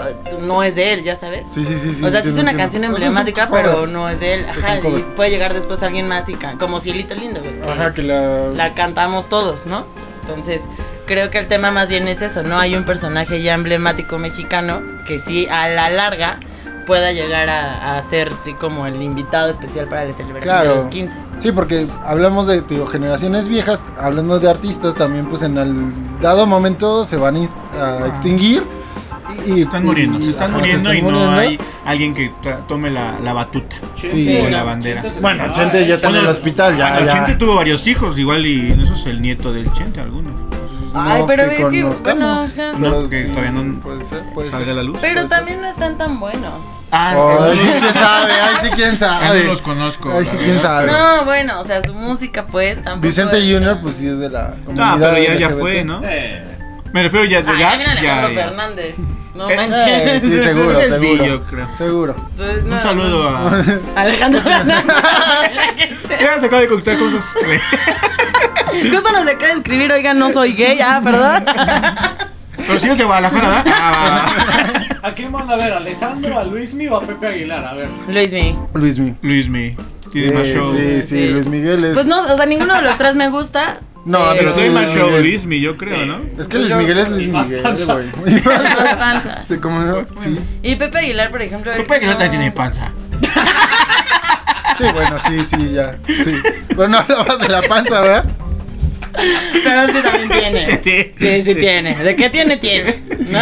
Speaker 4: no es de él, ya sabes.
Speaker 5: Sí, sí, sí. sí
Speaker 4: o sea, sí es
Speaker 5: entiendo,
Speaker 4: una
Speaker 5: entiendo.
Speaker 4: canción
Speaker 5: O sea, es un
Speaker 4: emblemática,
Speaker 5: cover.
Speaker 4: pero no es de él. Ajá,
Speaker 5: un cover.
Speaker 4: y puede llegar después alguien más y can- como Cielito Lindo, güey, que
Speaker 5: Ajá, que la.
Speaker 4: la cantamos todos, ¿no? Entonces, creo que el tema más bien es eso, no hay un personaje ya emblemático mexicano que sí a la larga pueda llegar a, a ser como el invitado especial para la celebración de
Speaker 5: Claro.
Speaker 4: los 15.
Speaker 5: Sí, porque hablamos de te digo, generaciones viejas, hablando de artistas, también pues en el dado momento se van a ins- a extinguir. Y, y-
Speaker 3: Están muriendo,
Speaker 5: y-
Speaker 3: se están
Speaker 5: ajá,
Speaker 3: muriendo
Speaker 5: están
Speaker 3: y no
Speaker 5: muriendo.
Speaker 3: hay alguien que tra- tome la, la batuta.
Speaker 5: Sí.
Speaker 3: O la bandera.
Speaker 5: Bueno, Chente ya está en el hospital, ya.
Speaker 3: Bueno,
Speaker 5: ya.
Speaker 3: Chente tuvo varios hijos, igual y en eso es el nieto del Chente, alguno.
Speaker 5: No
Speaker 4: Ay, pero es que,
Speaker 5: conozcamos,
Speaker 4: bueno, ajá.
Speaker 3: No,
Speaker 5: pero
Speaker 3: que
Speaker 5: sí,
Speaker 3: todavía no
Speaker 5: Puede ser, puede
Speaker 3: Salga
Speaker 5: ser.
Speaker 3: a la luz.
Speaker 4: Pero
Speaker 5: Puede
Speaker 4: también no están tan buenos.
Speaker 3: Ah,
Speaker 5: Oh,
Speaker 3: no,
Speaker 5: ahí sí, quién sabe, ahí sí, quién
Speaker 3: no
Speaker 5: sabe.
Speaker 3: los conozco. la
Speaker 5: Ahí sí,
Speaker 3: verdad.
Speaker 5: quién sabe.
Speaker 4: No, bueno, o sea, su música pues tampoco.
Speaker 5: Vicente
Speaker 4: es-
Speaker 5: Junior, pues sí es de la comunidad.
Speaker 3: No, Ah, pero ya, ya
Speaker 5: LGBT.
Speaker 3: fue, ¿no?
Speaker 6: Eh,
Speaker 3: Me refiero ya, ya,
Speaker 4: Ay,
Speaker 3: ya,
Speaker 4: también Alejandro
Speaker 3: ya.
Speaker 4: Fernández. No
Speaker 3: Eh,
Speaker 5: Eh,
Speaker 4: manches.
Speaker 5: sí, seguro,
Speaker 3: Es bi,
Speaker 5: seguro.
Speaker 3: yo creo.
Speaker 5: Seguro.
Speaker 4: Entonces, no,
Speaker 3: Un saludo a...
Speaker 4: Alejandro Fernández.
Speaker 3: Ya se acaba de conquistar cosas.
Speaker 4: Justo nos acaba de escribir, oigan, no soy gay. Ah, perdón.
Speaker 3: Pero si es de Guadalajara, ¿verdad? Ah, va, va.
Speaker 6: ¿A quién van a ver? ¿A Alejandro, a Luismi o a Pepe Aguilar? A ver.
Speaker 4: Luismi.
Speaker 5: Luismi.
Speaker 3: Luismi. Sí, de más
Speaker 5: Eh,
Speaker 3: show.
Speaker 5: sí, sí,
Speaker 4: Sí.
Speaker 5: Luis Miguel es.
Speaker 4: Pues no, o sea, ninguno de los tres me gusta. Eh,
Speaker 5: No, a mí
Speaker 3: Pero
Speaker 5: sí,
Speaker 3: soy más
Speaker 5: Luis
Speaker 3: show
Speaker 5: Miguel.
Speaker 3: Luismi, yo creo, ¿no?
Speaker 5: Es que Luis Miguel es Luis
Speaker 6: más
Speaker 5: Miguel,
Speaker 6: panza.
Speaker 5: güey.
Speaker 4: Más panza.
Speaker 5: Se como sí.
Speaker 4: Y Pepe Aguilar, por ejemplo. él
Speaker 3: Pepe
Speaker 4: sí
Speaker 3: Aguilar
Speaker 4: no-
Speaker 3: también tiene panza.
Speaker 5: Sí, bueno, sí, sí, ya. Sí. Pero no hablabas de la panza, ¿verdad?
Speaker 4: Pero sí también tiene.
Speaker 3: Sí.
Speaker 4: Sí, sí tiene. ¿De qué tiene? Tiene. ¿no?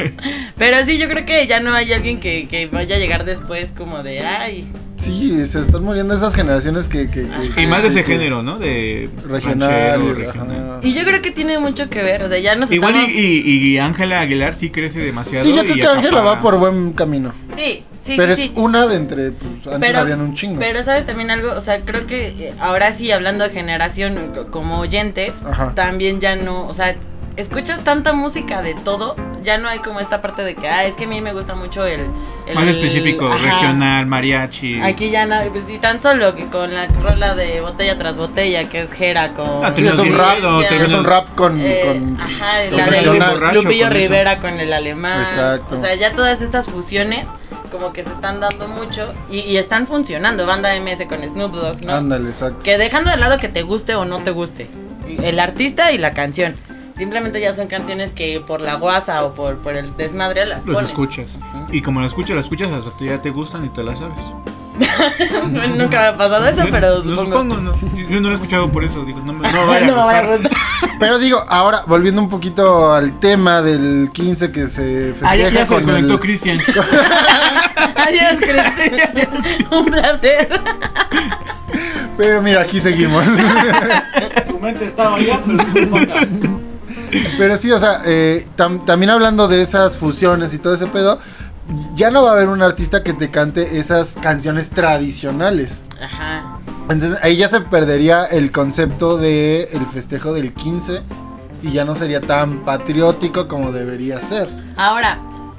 Speaker 4: Pero sí, yo creo que ya no hay alguien que, que vaya a llegar después como de, ay,
Speaker 5: Sí, se están muriendo esas generaciones que. que, que-
Speaker 3: Y más de ese
Speaker 5: que-
Speaker 3: género, ¿no? De
Speaker 5: Regional.
Speaker 3: ranchero,
Speaker 5: y-
Speaker 3: regional.
Speaker 5: ajá.
Speaker 4: Y yo creo que tiene mucho que ver, o sea, ya nos
Speaker 3: Igual y-
Speaker 4: estamos...
Speaker 3: y y Ángela Aguilar sí crece demasiado.
Speaker 5: Sí, yo
Speaker 3: y
Speaker 5: creo que Ángela
Speaker 3: acapara.
Speaker 5: va por buen camino.
Speaker 4: Sí, sí,
Speaker 5: Pero
Speaker 4: sí,
Speaker 5: es
Speaker 4: sí.
Speaker 5: una de entre. Pues antes habían un chingo.
Speaker 4: Pero sabes también algo, o sea, creo que eh, ahora sí, hablando de generación co- como oyentes,
Speaker 5: Ajá.
Speaker 4: también ya no, o sea, escuchas tanta música de todo, ya no hay como esta parte de que, ah, es que a mí me gusta mucho el... el-
Speaker 3: Más específico,
Speaker 4: ajá.
Speaker 3: regional, mariachi.
Speaker 4: Aquí ya no, pues sí, tan solo que con la rola de botella tras botella, que es Jera con...
Speaker 3: Ah,
Speaker 5: Sí, es un rap.
Speaker 3: Trinidad,
Speaker 4: Cristian,
Speaker 5: Es un rap con.
Speaker 4: eh,
Speaker 5: con-
Speaker 4: ajá,
Speaker 5: con
Speaker 4: la de
Speaker 5: regional.
Speaker 3: Lupe Borracho.
Speaker 4: Lupillo
Speaker 3: con eso.
Speaker 4: Rivera con el alemán.
Speaker 5: Exacto.
Speaker 4: O sea, ya todas estas fusiones como que se están dando mucho y, y están funcionando. Banda MS con Snoop Dogg, ¿no?
Speaker 5: Ándale, exacto.
Speaker 4: Que dejando de lado que te guste o no te guste, el artista y la canción. Simplemente ya son canciones que por la guasa o por, por el desmadre las
Speaker 3: Los
Speaker 4: pones.
Speaker 3: escuchas.
Speaker 4: Ujú.
Speaker 3: Y como las escuchas, las escuchas hasta que ya te gustan y te las sabes.
Speaker 4: Nunca me ha pasado eso,
Speaker 3: Yo- no
Speaker 4: pero supongo.
Speaker 3: supongo, no. Yo no lo he escuchado por eso. Digo, no me no vaya a
Speaker 4: no me vaya a
Speaker 3: gustar.
Speaker 4: gustar.
Speaker 5: Pero digo, ahora, volviendo un poquito al tema del 15 que se festeja.
Speaker 3: Ah, ya, ya se
Speaker 5: con
Speaker 3: desconectó
Speaker 5: el-
Speaker 3: Cristian.
Speaker 4: Adiós, Cris. Un placer.
Speaker 5: Pero mira, aquí seguimos.
Speaker 6: Su mente estaba allá, pero su cuerpo acá.
Speaker 5: Pero sí, o sea, eh, tam- también hablando de esas fusiones y todo ese pedo, ya no va a haber un artista que te cante esas canciones tradicionales.
Speaker 4: Ajá.
Speaker 5: Entonces ahí ya se perdería el concepto de el festejo del 15 y ya no sería tan patriótico como debería ser.
Speaker 4: Ahora,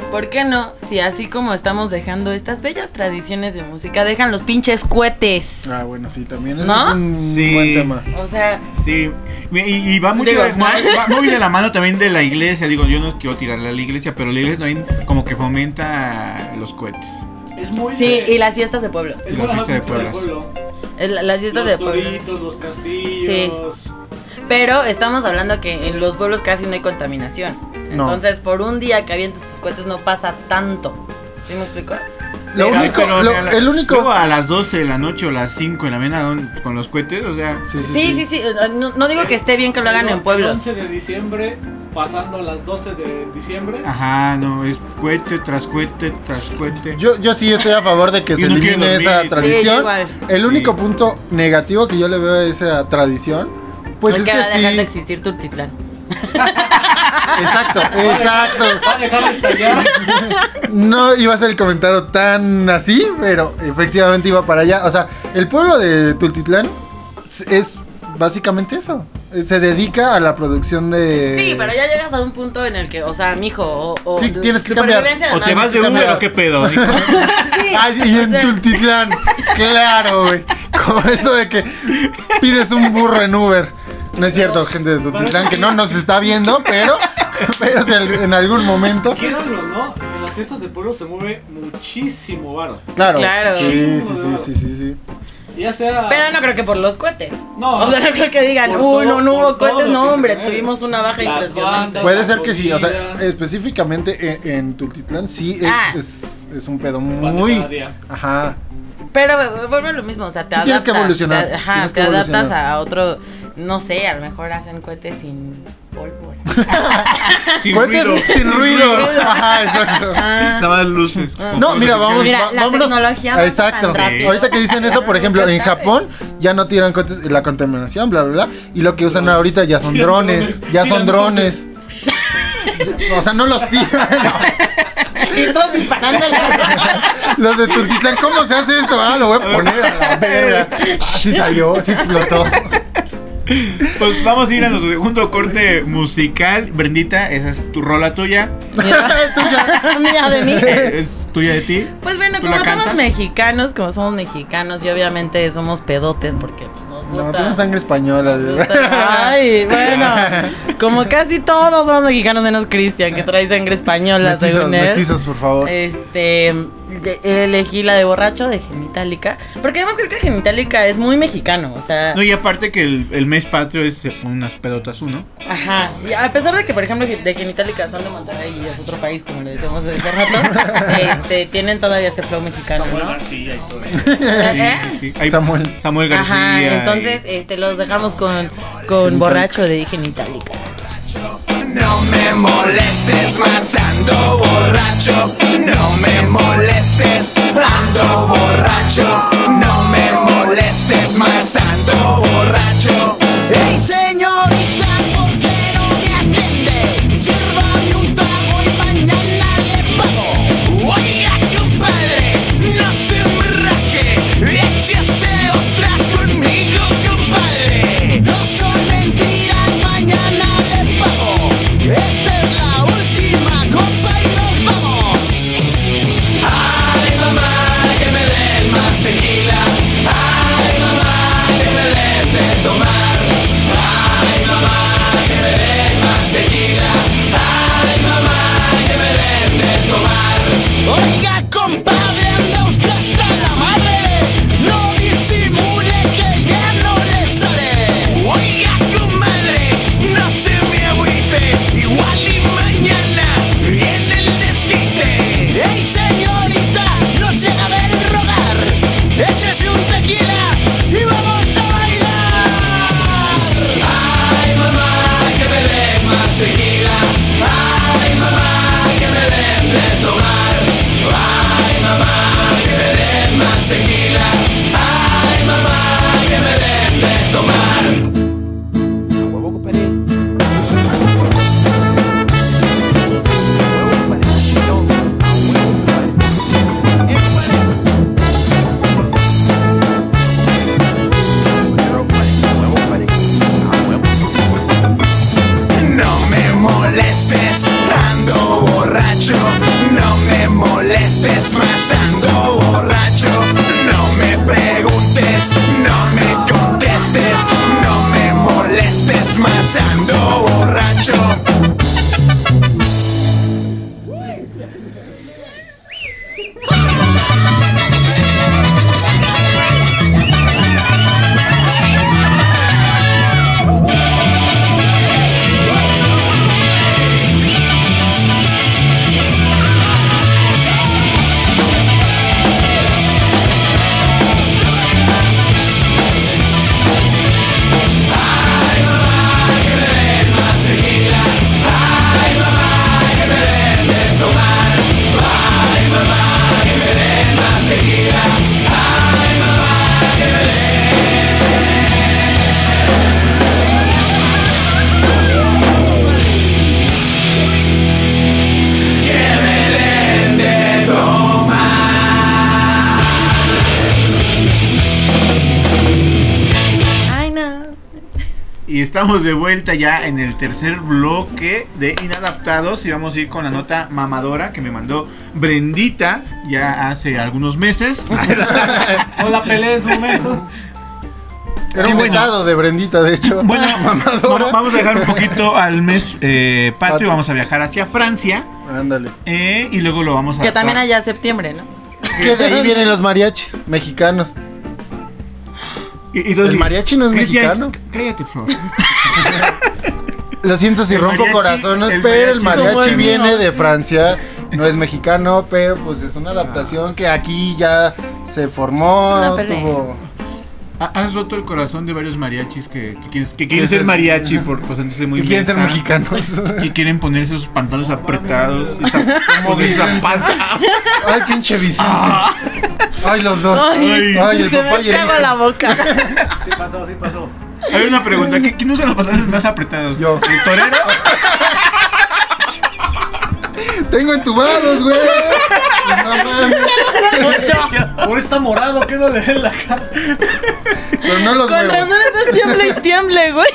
Speaker 4: ¿por qué no? Si así como estamos dejando estas bellas tradiciones de música, dejan los pinches cohetes.
Speaker 5: Ah, bueno, sí, también eso
Speaker 4: ¿No?
Speaker 5: es un
Speaker 3: Sí.
Speaker 5: buen tema.
Speaker 4: O sea,
Speaker 3: Sí, y, y va, mucho
Speaker 4: Digo,
Speaker 3: de, va- va muy de la mano también de la iglesia. Digo, yo no quiero tirarle a la iglesia, pero la iglesia también como que fomenta los cohetes.
Speaker 6: Es muy.
Speaker 4: sí, y las fiestas de pueblos.
Speaker 6: Es buena
Speaker 3: Las fiestas de
Speaker 6: cultura del
Speaker 3: pueblos.
Speaker 6: pueblo.
Speaker 4: Es la- Las fiestas de
Speaker 6: Los
Speaker 4: pueblos.
Speaker 6: toritos, los castillos.
Speaker 4: Pero estamos hablando que en los pueblos casi no hay contaminación.
Speaker 5: No.
Speaker 4: Entonces, por un día que avientes tus cohetes no pasa tanto. ¿Sí me explico?
Speaker 5: Lo
Speaker 4: Pero-
Speaker 5: único- lo-
Speaker 3: mira, la-
Speaker 5: el único-
Speaker 3: luego a las 12 de la noche o las 5 de la mañana con- con los cohetes, o sea,
Speaker 5: Sí, sí,
Speaker 4: Sí, sí, sí. No, no digo que esté bien que lo hagan en
Speaker 6: El
Speaker 4: pueblos.
Speaker 6: 11 de diciembre, pasando a las 12 de diciembre.
Speaker 3: ajá, no, es cohete tras cohete tras cohete.
Speaker 5: Yo, yo sí estoy a favor de que
Speaker 3: Y
Speaker 5: se
Speaker 3: no quiere
Speaker 5: elimine
Speaker 3: dormir.
Speaker 5: esa
Speaker 3: Sí,
Speaker 5: tradición.
Speaker 4: igual.
Speaker 5: El único
Speaker 3: Sí.
Speaker 5: punto negativo que yo le veo a esa tradición, pues
Speaker 4: Porque
Speaker 5: es
Speaker 4: va a dejar de
Speaker 5: que sí.
Speaker 4: existir Tultitlán.
Speaker 5: Exacto, exacto.
Speaker 6: Va a dejar de estallar.
Speaker 5: No iba a ser el comentario tan así, pero efectivamente iba para allá. O sea, el pueblo de Tultitlán es- es básicamente eso. Se dedica a la producción de.
Speaker 4: Sí, pero ya llegas a un punto en el que, o sea, mijo, o, o
Speaker 5: Eh, Sí, tienes que cambiar.
Speaker 4: supervivencia,
Speaker 3: o te
Speaker 4: además.
Speaker 3: vas de Uber o qué pedo. dijo.
Speaker 4: Sí,
Speaker 5: Ay, y
Speaker 4: o
Speaker 5: en
Speaker 4: sea,
Speaker 5: Tultitlán, claro, güey. Como eso de que pides un burro en Uber. No es cierto, gente de Tultitlán, que no nos está viendo, pero, pero si al- en algún momento.
Speaker 6: Quieranlo o no, en las fiestas de pueblo se mueve muchísimo varo.
Speaker 5: Claro.
Speaker 4: claro.
Speaker 5: Sí, sí, sí, sí, sí, sí.
Speaker 6: Ya sea.
Speaker 4: Pero no creo que por los cohetes.
Speaker 6: No.
Speaker 4: O sea, no creo que digan,
Speaker 6: Por
Speaker 4: uy, no,
Speaker 6: todo-
Speaker 4: no
Speaker 6: por
Speaker 4: hubo
Speaker 6: todo
Speaker 4: cohetes.
Speaker 6: lo que
Speaker 4: No,
Speaker 6: se
Speaker 4: hombre,
Speaker 6: mueve.
Speaker 4: tuvimos una baja
Speaker 6: Las
Speaker 4: impresionante.
Speaker 6: bandas.
Speaker 5: Puede ser que sí, o sea,
Speaker 6: Comida.
Speaker 5: específicamente e, en, en Tultitlán sí es,
Speaker 4: Ah.
Speaker 5: es, es un pedo
Speaker 6: Pan de
Speaker 5: muy...
Speaker 6: cada día.
Speaker 5: Ajá.
Speaker 4: Pero eh, vuelve a lo mismo, o sea, te
Speaker 5: Sí
Speaker 4: adaptas.
Speaker 5: tienes que evolucionar,
Speaker 4: Te, ajá,
Speaker 5: tienes que
Speaker 4: te adaptas
Speaker 5: evolucionar.
Speaker 4: a otro, no sé, a lo mejor hacen cohetes sin pólvora.
Speaker 3: Sin
Speaker 5: Cohetes
Speaker 3: ruido.
Speaker 5: sin ruido. Ajá, exacto.
Speaker 4: Ah,
Speaker 3: Nada más luces. con
Speaker 5: No,
Speaker 3: fuegos
Speaker 5: mira, vamos,
Speaker 3: artificiales.
Speaker 4: Mira,
Speaker 5: va-
Speaker 4: la
Speaker 5: vámonos-
Speaker 4: tecnología
Speaker 5: ah,
Speaker 4: avanza
Speaker 5: Exacto.
Speaker 4: tan rápido.
Speaker 5: Ahorita que dicen eso, por ejemplo,
Speaker 4: Ya
Speaker 5: en
Speaker 4: sabes.
Speaker 5: Japón ya no tiran cohetes, la contaminación, bla, bla, bla. Y lo que usan ahorita ya son
Speaker 6: Tiran
Speaker 5: drones,
Speaker 6: drones,
Speaker 5: ya
Speaker 6: tiran
Speaker 5: son drones. O sea, no los tiran.
Speaker 4: y todos disparándole.
Speaker 5: Los de Turquistán, ¿cómo se hace esto? Ah, lo voy a poner a la verga. Ah, sí salió, sí explotó.
Speaker 3: Pues vamos a ir a nuestro segundo corte musical. Brendita, esa es tu rola tuya.
Speaker 4: Mira de mí.
Speaker 3: Eh, Es tuya de ti.
Speaker 4: Pues bueno,
Speaker 3: ¿Tú
Speaker 4: como
Speaker 3: la
Speaker 4: somos
Speaker 3: cantas?
Speaker 4: mexicanos, como somos mexicanos y obviamente somos pedotes porque pues, nos les
Speaker 5: No,
Speaker 4: gusta.
Speaker 5: tengo sangre española.
Speaker 4: Les gusta- Ay, bueno, como casi todos somos mexicanos menos Cristian, que trae sangre española,
Speaker 5: mestizos,
Speaker 4: según él.
Speaker 5: mestizos, por favor.
Speaker 4: Este, de- elegí la de borracho de genitálica, porque además creo que genitálica es muy mexicano, o sea,
Speaker 3: No, y aparte que el, el mes patrio es, se pone unas pedotas uno.
Speaker 4: ajá. Y a pesar de que, por ejemplo, de genitálica son de Monterrey y es otro país, como le decíamos hace rato, este, tienen todavía este flow mexicano, ¿no?
Speaker 3: Sí,
Speaker 4: ¿Eh?
Speaker 3: sí, sí. Hay
Speaker 5: Samuel.
Speaker 3: Samuel García.
Speaker 4: Ajá,
Speaker 3: y-
Speaker 4: entonces este, los dejamos con, con borracho de genitálica.
Speaker 9: No me molestes más, ando borracho. No me molestes, ando borracho. No me molestes más, ando borracho. Hey señorita, ¿por qué no me atiende? Sírvame un trago y mañana le pago. Oiga, compadre, no se raje. Échese otra conmigo, compadre. No son mentiras, mañana le pago. Esta es la última copa y nos vamos. Ay, mamá, que me den más tequila. Ay, mamá, que me den de tomar. Ay, mamá, que me den más tequila. Ay, mamá, que me den de tomar. Oiga, compadre, anda usted hasta la madre. No disimule que ya no le sale. Oiga, comadre, no se me agüite. Igual y mañana viene el desquite. Ey, señorita, no se la ven rogar. Échese un tequila y vamos a bailar. Ay, mamá, que me den más tequila. Ay, mamá, que me den de tomar. Ay, mamá, que me den más tequila. Ay, mamá, que me den de tomar. No me molestes, ando borracho. No me molestes más, ando borracho. No me preguntes, no me contestes. No me molestes más, ando borracho.
Speaker 4: Ay, no.
Speaker 3: Y estamos de vuelta ya en el tercer bloque de Inadaptados y vamos a ir con la nota mamadora que me mandó Brendita ya hace algunos meses.
Speaker 6: O la peleé en su momento.
Speaker 5: Era un estado de Brendita, de hecho.
Speaker 3: Bueno,
Speaker 5: Mamadora.
Speaker 3: va- vamos a dejar un poquito al mes eh, patio y
Speaker 5: Patio.
Speaker 3: vamos a viajar hacia Francia
Speaker 5: Ándale.
Speaker 3: eh, y luego lo vamos a...
Speaker 4: Que también
Speaker 3: adaptar.
Speaker 4: allá septiembre, ¿no?
Speaker 5: Que de ahí vienen los mariachis mexicanos.
Speaker 3: Y- y entonces-
Speaker 5: ¿El mariachi no es
Speaker 3: Cristian,
Speaker 5: mexicano?
Speaker 3: Cállate, por favor.
Speaker 5: Lo siento si
Speaker 3: El
Speaker 5: rompo
Speaker 3: mariachi-
Speaker 5: corazones,
Speaker 3: el
Speaker 5: pero el
Speaker 3: mariachi-
Speaker 5: mariachi
Speaker 4: Como el
Speaker 5: viene
Speaker 4: mío.
Speaker 5: de Francia. No es mexicano, pero pues es una adaptación que aquí ya se
Speaker 4: Una
Speaker 5: formó.
Speaker 4: pelea.
Speaker 5: Tuvo.
Speaker 3: Ha- Ah, Has roto el corazón de varios mariachis que, que quieren, que quieren
Speaker 5: Ese
Speaker 3: ser
Speaker 5: es-
Speaker 3: mariachi por por sentirse muy
Speaker 5: que quieren ser
Speaker 3: mensa,
Speaker 5: mexicanos.
Speaker 3: Que quieren ponerse sus pantalones apretados, esa,
Speaker 5: Como
Speaker 3: poner esa
Speaker 5: Vicente.
Speaker 3: panza.
Speaker 5: Ay, pinche Vicente.
Speaker 3: Ah.
Speaker 5: Ay, los dos. Ay, el
Speaker 4: se
Speaker 5: papá
Speaker 4: me
Speaker 5: y el
Speaker 4: traba
Speaker 5: hijo.
Speaker 4: la boca.
Speaker 6: Sí pasó, sí pasó.
Speaker 3: Hay una pregunta, ¿qué- ¿quién usa los pantalones más apretados?
Speaker 5: Yo.
Speaker 3: ¿El torero?
Speaker 5: Tengo entubados, güey. Pues no mames.
Speaker 6: Ahora está morado, ¿qué no le den la cara?
Speaker 5: Pero no los
Speaker 4: Con
Speaker 5: veo.
Speaker 4: razón estás tiemble y tiemble, güey.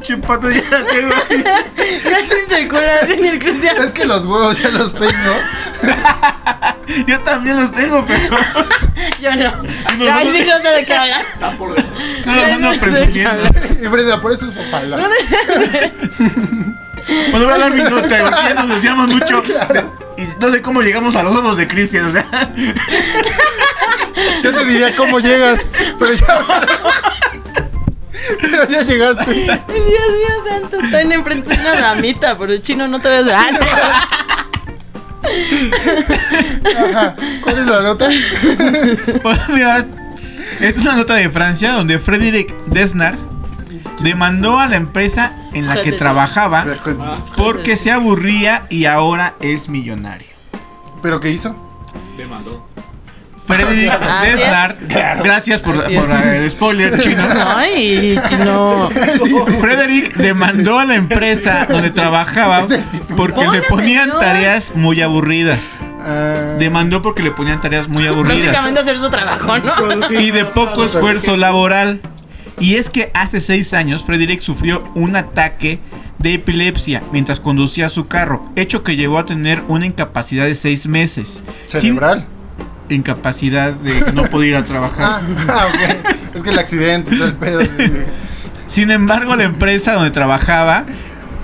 Speaker 3: Chipato, ya la tengo ahí.
Speaker 4: Ya sin circulación ni el cristiano.
Speaker 5: Es que los huevos ya los tengo.
Speaker 3: Yo también los tengo, pero
Speaker 4: Yo no.
Speaker 3: no,
Speaker 4: Ay,
Speaker 3: no,
Speaker 4: sí, no sé de qué hablar.
Speaker 10: Está por dentro.
Speaker 3: no Ah, los ando presumiendo.
Speaker 5: Y Brenda, por eso es Opala.
Speaker 3: Bueno, voy a dar mi nota, porque ya nos desviamos mucho. de- y no sé cómo llegamos a los ojos de Cristian, o sea.
Speaker 5: Yo te diría cómo llegas, pero ya. Pero ya llegaste.
Speaker 4: Dios mío santo, están enfrente de una damita, pero el chino no te ves. Ah, no.
Speaker 5: Ajá. ¿Cuál es la nota?
Speaker 3: Bueno, Pues, mira, esta es una nota de Francia donde Frédéric Desnard demandó a la empresa en la que
Speaker 4: Frédéric.
Speaker 3: trabajaba
Speaker 5: Ah.
Speaker 3: porque se aburría y ahora es millonario.
Speaker 5: ¿Pero qué hizo?
Speaker 6: Demandó.
Speaker 3: Frédéric
Speaker 4: Así es.
Speaker 3: Desnard, gracias por,
Speaker 4: Así es.
Speaker 3: por el spoiler chino.
Speaker 4: Ay, chino.
Speaker 3: Frederick demandó a la empresa donde trabajaba porque
Speaker 4: Ponle
Speaker 3: le ponían
Speaker 4: atención.
Speaker 3: tareas muy aburridas.
Speaker 5: Ah,
Speaker 3: Demandó porque le ponían tareas muy aburridas
Speaker 4: Básicamente hacer su trabajo, ¿no?
Speaker 3: y de poco esfuerzo laboral. Y es que hace seis años Frederick sufrió un ataque de epilepsia mientras conducía su carro, hecho que llevó a tener una incapacidad de seis meses. Sin-
Speaker 5: cerebral.
Speaker 3: incapacidad de no poder ir a trabajar.
Speaker 5: Ah, ah, ok. Es que el accidente, todo el pedo.
Speaker 3: Sin embargo, la empresa donde trabajaba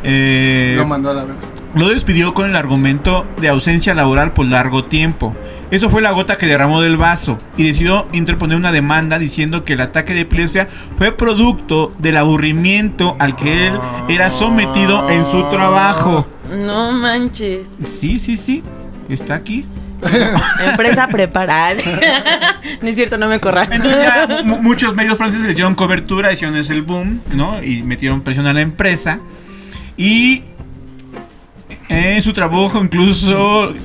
Speaker 3: eh,
Speaker 5: Lo mandó a la verga.
Speaker 3: Lo despidió con el argumento de ausencia laboral por largo tiempo. Eso fue la gota que derramó del vaso y decidió interponer una demanda diciendo que el ataque de epilepsia fue producto del aburrimiento al que él era sometido en su trabajo.
Speaker 4: No manches.
Speaker 3: Sí, sí, sí. Está aquí.
Speaker 4: Empresa preparada. no es cierto, no me corran.
Speaker 3: Entonces ya mu- muchos medios franceses le hicieron cobertura, hicieron es el boom, ¿no? Y metieron presión a la empresa. Y en su trabajo incluso...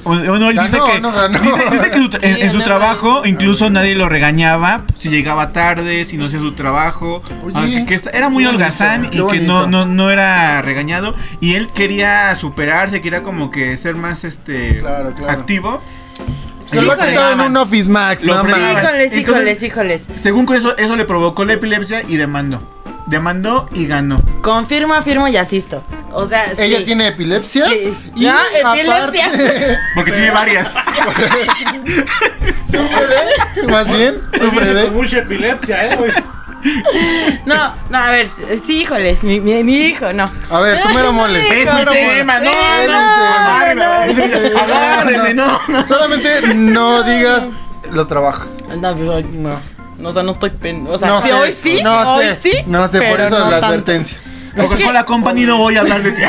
Speaker 3: o- o no, él dice
Speaker 5: Ganó,
Speaker 3: que,
Speaker 5: no ganó.
Speaker 3: dice- dice que su tra-
Speaker 4: Sí,
Speaker 3: en, en su
Speaker 4: ganó.
Speaker 3: trabajo incluso nadie lo regañaba si llegaba tarde, si no hacía su trabajo.
Speaker 5: Oye,
Speaker 3: aunque que esta- era muy
Speaker 5: qué bonito,
Speaker 3: holgazán
Speaker 5: qué
Speaker 3: y que no,
Speaker 5: bonito.
Speaker 3: no, no era regañado. Y él quería superarse, quería como que ser más este
Speaker 5: Claro, claro.
Speaker 3: activo.
Speaker 5: Se
Speaker 3: Lo
Speaker 5: lo que estaba en
Speaker 3: fregaban.
Speaker 5: un Office Max,
Speaker 3: Lo
Speaker 5: no
Speaker 3: fregaban.
Speaker 5: mames.
Speaker 4: Híjoles, híjoles,
Speaker 3: Entonces-
Speaker 4: híjoles.
Speaker 3: Según con eso, eso le provocó la epilepsia y demandó. Demandó y ganó.
Speaker 4: Confirmo, afirmo y asisto. O sea, sí.
Speaker 5: Ella tiene epilepsias.
Speaker 4: Sí.
Speaker 5: Y
Speaker 4: Ah,
Speaker 5: aparte-
Speaker 4: epilepsia.
Speaker 3: Porque tiene varias.
Speaker 5: Sufre de. Más bien, sufre
Speaker 6: Viene con
Speaker 5: de.
Speaker 6: mucha epilepsia, eh, güey.
Speaker 4: No, no, a ver, sí, híjoles, mi, mi- mi hijo, no.
Speaker 5: A ver, tú mero mole.
Speaker 3: Es
Speaker 5: Tú
Speaker 3: mi
Speaker 5: mero mole.
Speaker 3: tema, no,
Speaker 5: Es
Speaker 4: no,
Speaker 5: mi tema.
Speaker 4: no,
Speaker 5: Es mi-
Speaker 3: Agárrenme, Ah, no, no.
Speaker 5: Solamente no digas los trabajos.
Speaker 4: No, pues, ay,
Speaker 5: No.
Speaker 4: no, o sea, no estoy pen... O sea,
Speaker 5: no
Speaker 4: sí, hoy sí,
Speaker 5: no
Speaker 4: hoy
Speaker 5: sé,
Speaker 4: sí.
Speaker 5: No sé, por
Speaker 4: pero
Speaker 5: eso
Speaker 4: no
Speaker 5: la
Speaker 4: tanto.
Speaker 5: advertencia.
Speaker 3: Coca-Cola Company no voy a hablar de ti.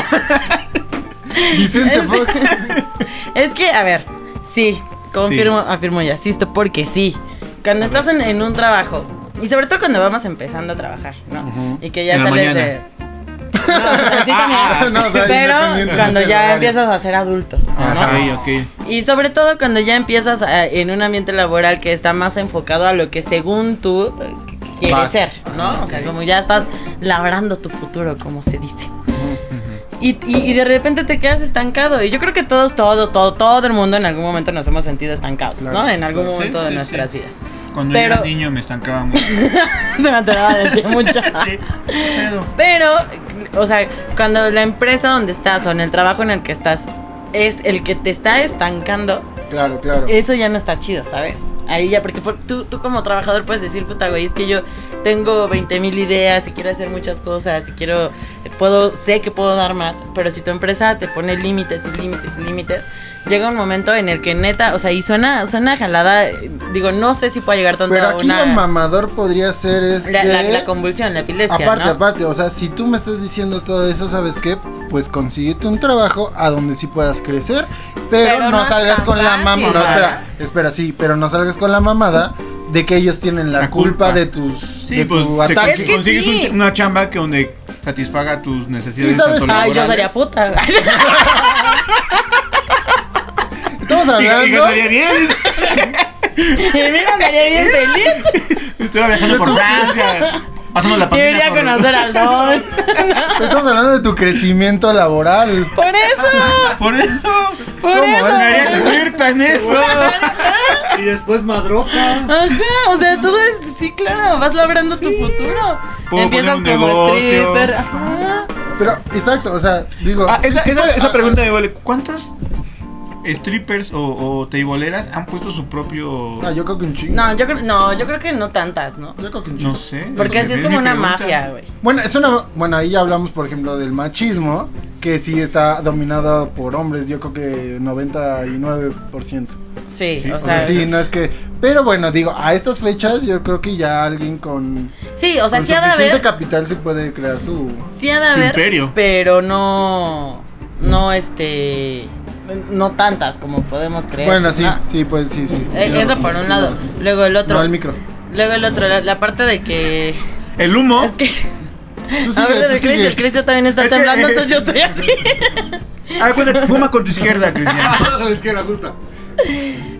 Speaker 5: Vicente Fox.
Speaker 4: Es que, a ver, sí, confirmo, afirmo y asisto, porque sí. Cuando estás en, en un trabajo, y sobre todo cuando vamos empezando a trabajar, ¿no? Y que ya
Speaker 3: En la
Speaker 4: sales
Speaker 3: mañana.
Speaker 4: de. No, a ti también.
Speaker 5: no, o sea,
Speaker 4: pero
Speaker 5: independiente
Speaker 4: cuando
Speaker 5: del
Speaker 4: ya
Speaker 5: horario.
Speaker 4: empiezas a ser adulto, ¿no?
Speaker 3: Ok, ok.
Speaker 4: Y sobre todo cuando ya empiezas a- en un ambiente laboral que está más enfocado a lo que según tú eh, quieres
Speaker 5: Vas.
Speaker 4: ser, ¿no? O sea, como ya estás labrando tu futuro, como se dice. Y, y- y de repente te quedas estancado. Y yo creo que todos, todos, todo, todo el mundo en algún momento nos hemos sentido estancados,
Speaker 5: Claro.
Speaker 4: ¿no? En algún
Speaker 3: Sí,
Speaker 4: momento de
Speaker 3: sí,
Speaker 4: nuestras
Speaker 3: sí.
Speaker 4: vidas.
Speaker 3: Cuando
Speaker 4: Pero-
Speaker 3: yo era niño me estancaba mucho.
Speaker 4: Se me atoraba decir mucho.
Speaker 3: Sí, pedo.
Speaker 4: Pero, o sea, cuando la empresa donde estás o en el trabajo en el que estás es el que te está estancando,
Speaker 5: Claro, claro.
Speaker 4: Eso ya no está chido, ¿sabes? Ahí ya, porque por- tú, tú como trabajador puedes decir, puta, güey, es que yo tengo 20 mil ideas y quiero hacer muchas cosas y quiero, puedo, sé que puedo dar más, pero si tu empresa te pone límites y límites y límites, llega un momento en el que neta, o sea, y suena, suena jalada, eh, digo, no sé si pueda llegar tanto
Speaker 5: Pero
Speaker 4: a
Speaker 5: aquí
Speaker 4: una...
Speaker 5: lo mamador podría ser es.
Speaker 4: la, la-
Speaker 5: de-
Speaker 4: la convulsión, la epilepsia,
Speaker 5: Aparte,
Speaker 4: ¿no?
Speaker 5: aparte, o sea, si tú me estás diciendo todo eso, ¿sabes qué? Pues consíguete un trabajo a donde sí puedas crecer, pero,
Speaker 4: Pero
Speaker 5: no,
Speaker 4: no es
Speaker 5: salgas
Speaker 4: tan
Speaker 5: con la mamada.
Speaker 4: fácil,
Speaker 5: No, espera,
Speaker 4: Lara.
Speaker 5: espera, sí, pero no salgas con la mamada de que ellos tienen la,
Speaker 3: La
Speaker 5: culpa.
Speaker 3: culpa.
Speaker 5: de tus
Speaker 3: Sí,
Speaker 5: de
Speaker 3: pues
Speaker 5: tu
Speaker 3: te
Speaker 5: ataque.
Speaker 4: Es que
Speaker 3: consigues
Speaker 4: sí.
Speaker 3: un ch- una chamba que donde satisfaga tus necesidades.
Speaker 5: Sí, sabes-
Speaker 3: tanto
Speaker 4: Ay, yo
Speaker 3: laborales-
Speaker 4: sería puta.
Speaker 5: Estamos
Speaker 3: Y-
Speaker 5: hablando
Speaker 3: Y, ganaría bien.
Speaker 4: y me mandaría bien feliz.
Speaker 3: Estuviera viajando por Francia. Pasando la
Speaker 4: Yo
Speaker 3: pandemia.
Speaker 4: iría a
Speaker 3: por-
Speaker 4: conocer al don.
Speaker 5: estamos hablando de tu crecimiento laboral.
Speaker 4: Por eso,
Speaker 3: Por eso.
Speaker 4: por
Speaker 5: ¿Cómo?
Speaker 4: eso.
Speaker 3: Me haría experta en eso.
Speaker 6: Y después madroca.
Speaker 4: Ajá, o sea, todo es, sí, claro, vas labrando tu futuro.
Speaker 3: Puedo
Speaker 4: Empiezas
Speaker 3: poner un
Speaker 4: como
Speaker 3: negocio.
Speaker 4: stripper. Ajá.
Speaker 5: Pero exacto, o sea, digo,
Speaker 3: Ah, esa,
Speaker 5: sí
Speaker 3: esa-
Speaker 5: puede-
Speaker 3: esa
Speaker 5: ah,
Speaker 3: pregunta me duele. ¿Cuántas
Speaker 8: strippers o, o teiboleras han puesto su propio...
Speaker 5: No, ah, yo creo que un chingo.
Speaker 4: No, yo creo, no, yo creo que no tantas, ¿no?
Speaker 5: Yo creo que un chingo.
Speaker 8: No sé.
Speaker 4: Porque así es
Speaker 8: mi
Speaker 4: como una
Speaker 8: pregunta.
Speaker 4: mafia, güey.
Speaker 5: Bueno, es una, bueno, ahí ya hablamos, por ejemplo, del machismo, que sí está dominado por hombres, yo creo que 99%.
Speaker 4: Sí,
Speaker 8: Sí,
Speaker 4: o
Speaker 8: o
Speaker 5: O sea,
Speaker 4: sea.
Speaker 5: sí,
Speaker 4: es-
Speaker 5: no es que... Pero bueno, digo, a estas fechas yo creo que ya alguien con,
Speaker 4: sí, o sea,
Speaker 5: con
Speaker 4: sí ha de
Speaker 5: suficiente
Speaker 4: haber.
Speaker 5: capital se puede crear su...
Speaker 4: Sí ha de
Speaker 8: Su
Speaker 4: haber.
Speaker 8: imperio.
Speaker 4: Pero no. No, este. No tantas como podemos creer.
Speaker 5: Bueno, sí,
Speaker 4: ¿no?
Speaker 5: sí, pues sí, sí.
Speaker 4: Eh,
Speaker 5: Tienes
Speaker 4: Eso
Speaker 5: razón,
Speaker 4: por un
Speaker 5: tienes
Speaker 4: lado.
Speaker 5: razón.
Speaker 4: Luego el otro.
Speaker 5: No, el micro.
Speaker 4: Luego el otro. La, la parte de que.
Speaker 8: El humo.
Speaker 4: Es que.
Speaker 5: Tú
Speaker 4: a
Speaker 5: sigue,
Speaker 4: ver,
Speaker 5: tú
Speaker 4: el Chris,
Speaker 5: sigue.
Speaker 4: el Chris ya también está
Speaker 8: Es que-
Speaker 4: temblando, entonces yo estoy así.
Speaker 8: Ah, cuenta, fuma con tu izquierda, Cristian.
Speaker 6: es que era justa.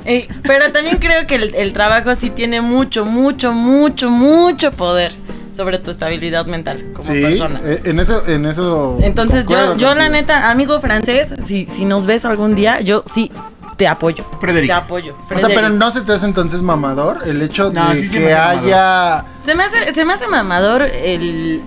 Speaker 4: Eh, pero también creo que el, el trabajo sí tiene mucho, mucho, mucho, mucho poder sobre tu estabilidad mental como
Speaker 5: Sí,
Speaker 4: persona.
Speaker 5: eh, en eso, en eso...
Speaker 4: Entonces yo,
Speaker 5: concuerdo
Speaker 4: yo la
Speaker 5: contigo.
Speaker 4: neta, amigo francés, si, si nos ves algún día, yo sí te apoyo. Te
Speaker 8: Frederick.
Speaker 4: apoyo.
Speaker 5: O sea,
Speaker 4: Frederick.
Speaker 5: pero ¿no se te hace entonces mamador el hecho
Speaker 8: No,
Speaker 5: de
Speaker 8: sí se me
Speaker 5: que
Speaker 8: hace
Speaker 5: haya...
Speaker 4: Se me hace, se me hace mamador el,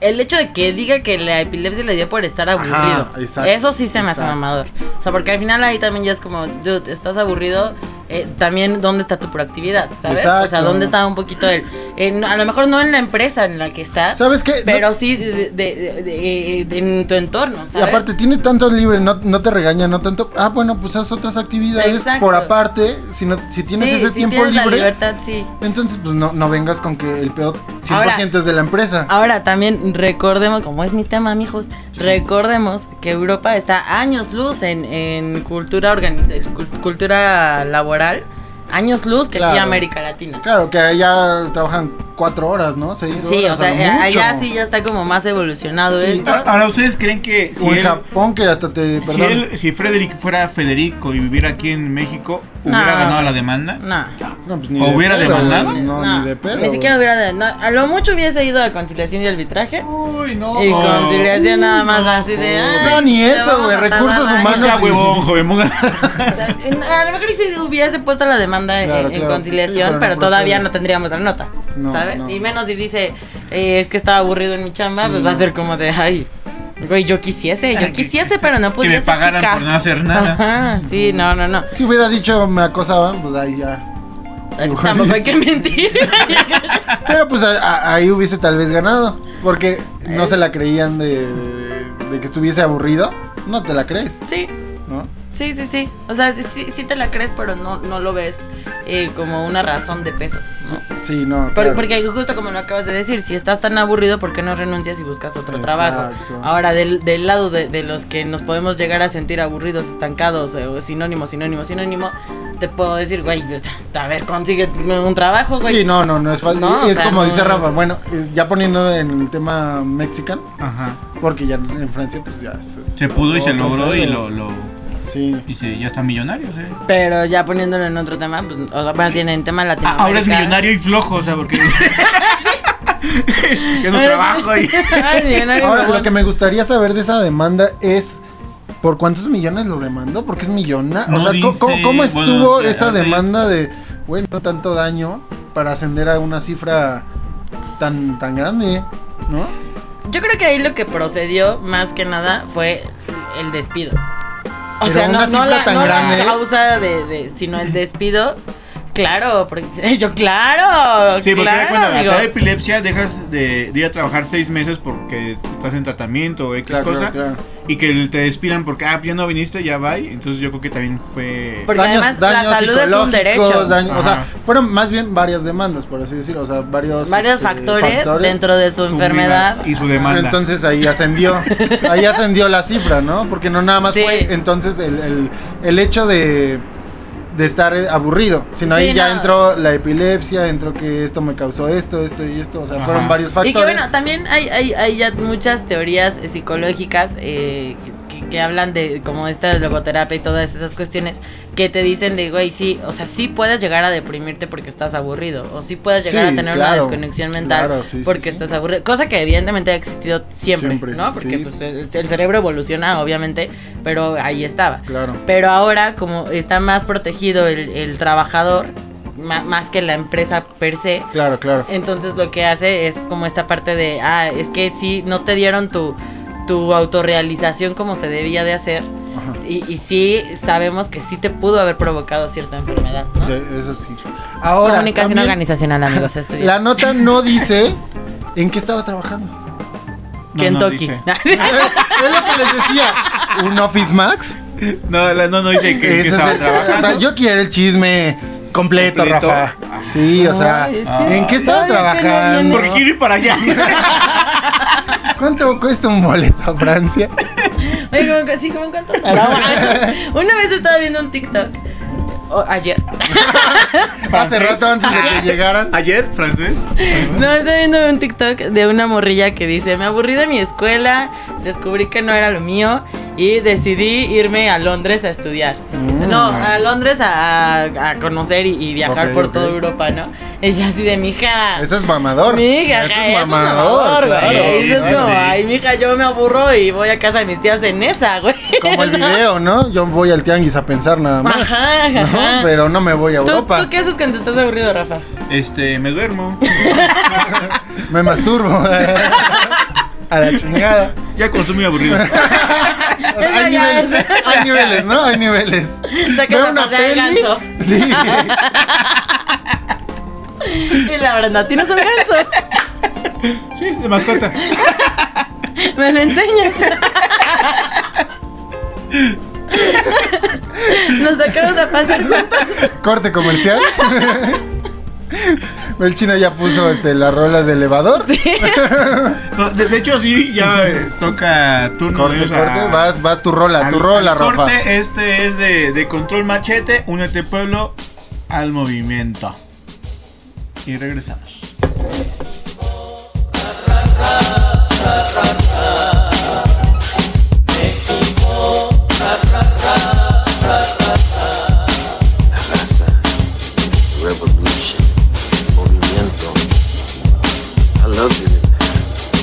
Speaker 4: el hecho de que diga que la epilepsia le dio por estar aburrido.
Speaker 5: exacto,
Speaker 4: Eso sí se me hace
Speaker 5: exacto.
Speaker 4: mamador. O sea, porque al final ahí también ya es como, dude, estás aburrido. eh, también, ¿dónde está tu proactividad? ¿Sabes? O sea,
Speaker 5: Exacto.
Speaker 4: ¿dónde está un poquito el. en- a lo mejor no en la empresa en la que estás.
Speaker 5: ¿Sabes qué? No-
Speaker 4: Pero sí de, de- de- de- de- en tu entorno, ¿sabes?
Speaker 5: Y aparte tiene tanto libre, no, no te regaña, no tanto. Ah, bueno, pues haz otras actividades
Speaker 4: Exacto.
Speaker 5: por aparte. Si, no, si tienes
Speaker 4: Sí,
Speaker 5: ese
Speaker 4: sí
Speaker 5: tiempo
Speaker 4: tienes la
Speaker 5: libre,
Speaker 4: libertad, sí.
Speaker 5: entonces pues no, no vengas con que el pedo 100%
Speaker 4: Ahora- ah,
Speaker 5: es de la empresa.
Speaker 4: Ahora también recordemos, como es mi tema, mijos, recordemos que Europa está años luz en, en cultura organiza, cul- cultura laboral, años luz que aquí
Speaker 5: Claro.
Speaker 4: América Latina.
Speaker 5: Claro, que allá trabajan cuatro horas, ¿no? Seis
Speaker 4: Sí, o
Speaker 5: horas,
Speaker 4: sea, eh,
Speaker 5: a lo mucho.
Speaker 4: allá sí ya está como más evolucionado
Speaker 5: Sí.
Speaker 4: esto.
Speaker 8: Ahora, ¿ustedes creen que si
Speaker 5: O en
Speaker 8: él-
Speaker 5: Japón que hasta te...
Speaker 8: Si,
Speaker 5: Perdón.
Speaker 8: él, si Frederick fuera Federico y viviera aquí en México, ¿hubiera
Speaker 4: No.
Speaker 8: ganado la demanda?
Speaker 4: No,
Speaker 5: no, pues, ni
Speaker 8: ¿O
Speaker 5: de
Speaker 8: hubiera
Speaker 5: pedo,
Speaker 8: demandado?
Speaker 5: No,
Speaker 4: no,
Speaker 5: ni de pedo.
Speaker 4: ni siquiera hubiera, de- no, a lo mucho hubiese ido a conciliación y arbitraje.
Speaker 6: Uy, no.
Speaker 4: Y conciliación nada más así de.
Speaker 5: No,
Speaker 4: "Ay,
Speaker 5: ni
Speaker 4: te
Speaker 5: eso,
Speaker 4: vamos
Speaker 5: güey,
Speaker 4: a tardar
Speaker 5: recursos
Speaker 4: años".
Speaker 8: No
Speaker 5: humanos.
Speaker 8: sea
Speaker 5: sí.
Speaker 8: huevón, joven. ponga-
Speaker 4: O sea, en- A lo mejor y si hubiese puesto la demanda en- en,
Speaker 5: Claro, claro. Sí,
Speaker 4: conciliación,
Speaker 5: pero no
Speaker 4: pero
Speaker 5: puede
Speaker 4: todavía
Speaker 5: ser.
Speaker 4: no tendríamos la nota,
Speaker 5: No,
Speaker 4: ¿sabes?
Speaker 5: no.
Speaker 4: Y menos si dice, eh, es que estaba aburrido en mi chamba,
Speaker 5: Sí,
Speaker 4: pues va a
Speaker 5: no.
Speaker 4: ser como de, ay, güey, yo quisiese, yo quisiese, pero no
Speaker 8: que
Speaker 4: pudiese,
Speaker 8: me pagaran
Speaker 4: Pues chica".
Speaker 8: por no hacer nada.
Speaker 4: Ajá, sí, no, no, no.
Speaker 5: Si hubiera dicho me acosaban, pues ahí ya. Igual
Speaker 4: Tampoco hay
Speaker 5: es-
Speaker 4: que mentir.
Speaker 5: Pero pues a- a- ahí hubiese tal vez ganado. Porque
Speaker 4: Eh.
Speaker 5: no se la creían de, de que estuviese aburrido. No te la crees,
Speaker 4: sí,
Speaker 5: ¿no?
Speaker 4: sí, sí, sí. O sea, sí, sí te la crees, pero no, no lo ves eh, como una razón de peso, ¿no?
Speaker 5: Sí, no.
Speaker 4: Por-
Speaker 5: claro.
Speaker 4: Porque justo como lo acabas de decir, si estás tan aburrido, ¿por qué no renuncias y buscas otro
Speaker 5: Exacto.
Speaker 4: trabajo? Ahora, del, del lado de, de los que nos podemos llegar a sentir aburridos, estancados, eh, o sinónimo, sinónimo, sinónimo, te puedo decir, güey, a ver, consigue un trabajo, güey.
Speaker 5: Sí, no, no, no es falso.
Speaker 4: No, o
Speaker 5: es
Speaker 4: sea,
Speaker 5: como
Speaker 4: no
Speaker 5: dice
Speaker 4: es-
Speaker 5: Rafa, bueno, es- ya poniendo en el tema mexicano,
Speaker 8: Ajá.
Speaker 5: porque ya en Francia pues ya es- es
Speaker 8: Se pudo y se
Speaker 5: otro
Speaker 8: logró y
Speaker 5: pedo.
Speaker 8: lo, lo
Speaker 5: Sí.
Speaker 8: y se- ya está millonario. o sea.
Speaker 4: Pero ya poniéndolo en otro tema, pues, o sea, bueno, tiene en tema
Speaker 8: Ah,
Speaker 4: latinoamericano.
Speaker 8: ahora es millonario y flojo, o sea, porque yo no trabajo y
Speaker 4: Ay, millonario.
Speaker 5: Ahora,
Speaker 4: mamón.
Speaker 5: lo que me gustaría saber de esa demanda es ¿por cuántos millones lo demandó? Porque es millona.
Speaker 8: No
Speaker 5: o sea, ¿cómo-
Speaker 8: dice,
Speaker 5: ¿cómo, cómo
Speaker 8: bueno,
Speaker 5: estuvo
Speaker 8: que
Speaker 5: esa
Speaker 8: ahorita ya-
Speaker 5: demanda de, bueno, tanto daño para ascender a una cifra tan, tan grande? ¿No?
Speaker 4: Yo creo que ahí lo que procedió más que nada fue el despido. O
Speaker 5: Pero
Speaker 4: sea, no, no,
Speaker 5: una cifra
Speaker 4: la,
Speaker 5: tan
Speaker 4: no la
Speaker 5: grande. ¿eh?
Speaker 4: causa de, de- sino el despido. Claro, porque yo, claro,
Speaker 8: Sí, porque
Speaker 4: Pues claro,
Speaker 8: cuando
Speaker 4: amigo.
Speaker 8: te da epilepsia dejas de, de ir a trabajar seis meses porque estás en tratamiento o X
Speaker 5: Claro,
Speaker 8: cosa.
Speaker 5: claro, claro.
Speaker 8: Y que te despidan porque, ah, ya no viniste, ya va. Entonces yo creo que también fue...
Speaker 4: Porque además la salud es un
Speaker 5: psicológicos,
Speaker 4: derecho.
Speaker 5: daño- o sea,
Speaker 8: Ajá.
Speaker 5: fueron más bien varias demandas, por así decirlo. O sea, varios,
Speaker 4: Varios
Speaker 5: este,
Speaker 4: factores, dentro de su,
Speaker 8: su
Speaker 4: enfermedad.
Speaker 8: vida Y su demanda.
Speaker 5: Entonces ahí ascendió, ahí ascendió la cifra, ¿no? Porque no nada más
Speaker 4: Sí.
Speaker 5: fue entonces el, el- el hecho de, de estar eh, aburrido, sino
Speaker 4: Sí,
Speaker 5: ahí ya
Speaker 4: no.
Speaker 5: entró la epilepsia, entró que esto me causó esto, esto y esto, o sea,
Speaker 8: Ajá.
Speaker 5: fueron varios factores.
Speaker 4: Y que bueno, también hay, hay, hay ya muchas teorías eh, psicológicas eh, que, que hablan de como esta logoterapia y todas esas cuestiones que te dicen de, güey, sí, o sea, sí puedes llegar a deprimirte porque estás aburrido, o sí puedes llegar
Speaker 5: Sí,
Speaker 4: a tener una
Speaker 5: claro,
Speaker 4: desconexión mental
Speaker 5: claro, sí, sí,
Speaker 4: porque
Speaker 5: sí.
Speaker 4: estás aburrido, cosa que evidentemente ha existido siempre,
Speaker 5: Siempre,
Speaker 4: ¿no? Porque
Speaker 5: sí.
Speaker 4: pues, el, el cerebro evoluciona, obviamente, pero ahí estaba.
Speaker 5: Claro.
Speaker 4: Pero ahora, como está más protegido el, el trabajador, ma- más que la empresa per se,
Speaker 5: Claro, claro.
Speaker 4: entonces lo que hace es como esta parte de, ah, es que sí, no te dieron tu, tu autorrealización como se debía de hacer.
Speaker 5: Ajá.
Speaker 4: Y, Y, y sí sabemos que sí te pudo haber provocado cierta enfermedad, ¿no?
Speaker 5: Sí, eso sí. Ahora,
Speaker 4: Comunicación
Speaker 5: también,
Speaker 4: organizacional, amigos. Este día.
Speaker 5: La nota no dice en qué estaba trabajando.
Speaker 8: No,
Speaker 4: Kentucky.
Speaker 8: No,
Speaker 5: es lo que les decía. ¿Un Office Max?
Speaker 8: dice. no, la- no, no dice que, que
Speaker 5: Ese es
Speaker 8: estaba
Speaker 5: el- o
Speaker 8: trabajando.
Speaker 5: sea, yo quiero el chisme completo,
Speaker 8: Completo.
Speaker 5: Rafa. Sí, o sea,
Speaker 4: Ay, es
Speaker 5: ¿en qué
Speaker 4: Ay,
Speaker 5: estaba
Speaker 4: es que no
Speaker 5: trabajando?
Speaker 8: Porque quiero ir para allá.
Speaker 5: ¿Cuánto cuesta un boleto a Francia?
Speaker 4: Oye, ¿cómo, cu- sí, ¿cómo en cuánto tardaba? Una vez estaba viendo un TikTok. o- ayer.
Speaker 5: Hace rato antes de que llegaran.
Speaker 8: Ayer, francés.
Speaker 4: No, estaba viendo un TikTok de una morrilla que dice, me aburrí de mi escuela, descubrí que no era lo mío y decidí irme a Londres a estudiar.
Speaker 5: Mm.
Speaker 4: No, a Londres a, a- a conocer y, y viajar
Speaker 5: Ok,
Speaker 4: por
Speaker 5: ok.
Speaker 4: toda Europa, ¿no? Ella así de, mija...
Speaker 5: Eso es mamador.
Speaker 4: Mija,
Speaker 5: eso
Speaker 4: ajá,
Speaker 5: es mamador.
Speaker 4: güey.
Speaker 5: claro,
Speaker 4: Eso es
Speaker 5: claro.
Speaker 4: como, ay, mija, yo me aburro y voy a casa de mis tías en esa, güey.
Speaker 5: Como el video, ¿no? Yo voy al tianguis a pensar nada más.
Speaker 4: Ajá,
Speaker 5: ¿no?
Speaker 4: ajá.
Speaker 5: Pero no me voy a
Speaker 4: ¿Tú,
Speaker 5: Europa.
Speaker 4: ¿Tú qué haces cuando estás aburrido, Rafa?
Speaker 8: Este, me duermo.
Speaker 5: Me masturbo. a la chingada.
Speaker 8: Ya cuando estoy muy aburrido.
Speaker 4: Esa
Speaker 5: Hay
Speaker 4: ya
Speaker 5: niveles,
Speaker 4: es.
Speaker 5: hay niveles, ¿no? Hay niveles.
Speaker 4: Sacas a pasear el ganso.
Speaker 5: Sí.
Speaker 4: Y la verdad, tienes un ganso.
Speaker 8: Sí, es de mascota.
Speaker 4: Me lo enseñas. Nos sacamos a pasar juntos.
Speaker 5: Corte comercial. El chino ya puso este, las rolas de elevador.
Speaker 8: No, de, de hecho, sí, ya eh, toca turno.
Speaker 5: Corte,
Speaker 8: o sea,
Speaker 5: corte. Vas, vas tu rola,
Speaker 8: al-
Speaker 5: tu rola,
Speaker 8: al
Speaker 5: Rafa.
Speaker 8: Corte, este es de, de Control Machete. Únete, pueblo, al movimiento. Y regresamos.
Speaker 7: Revolution. Movimiento. I love you.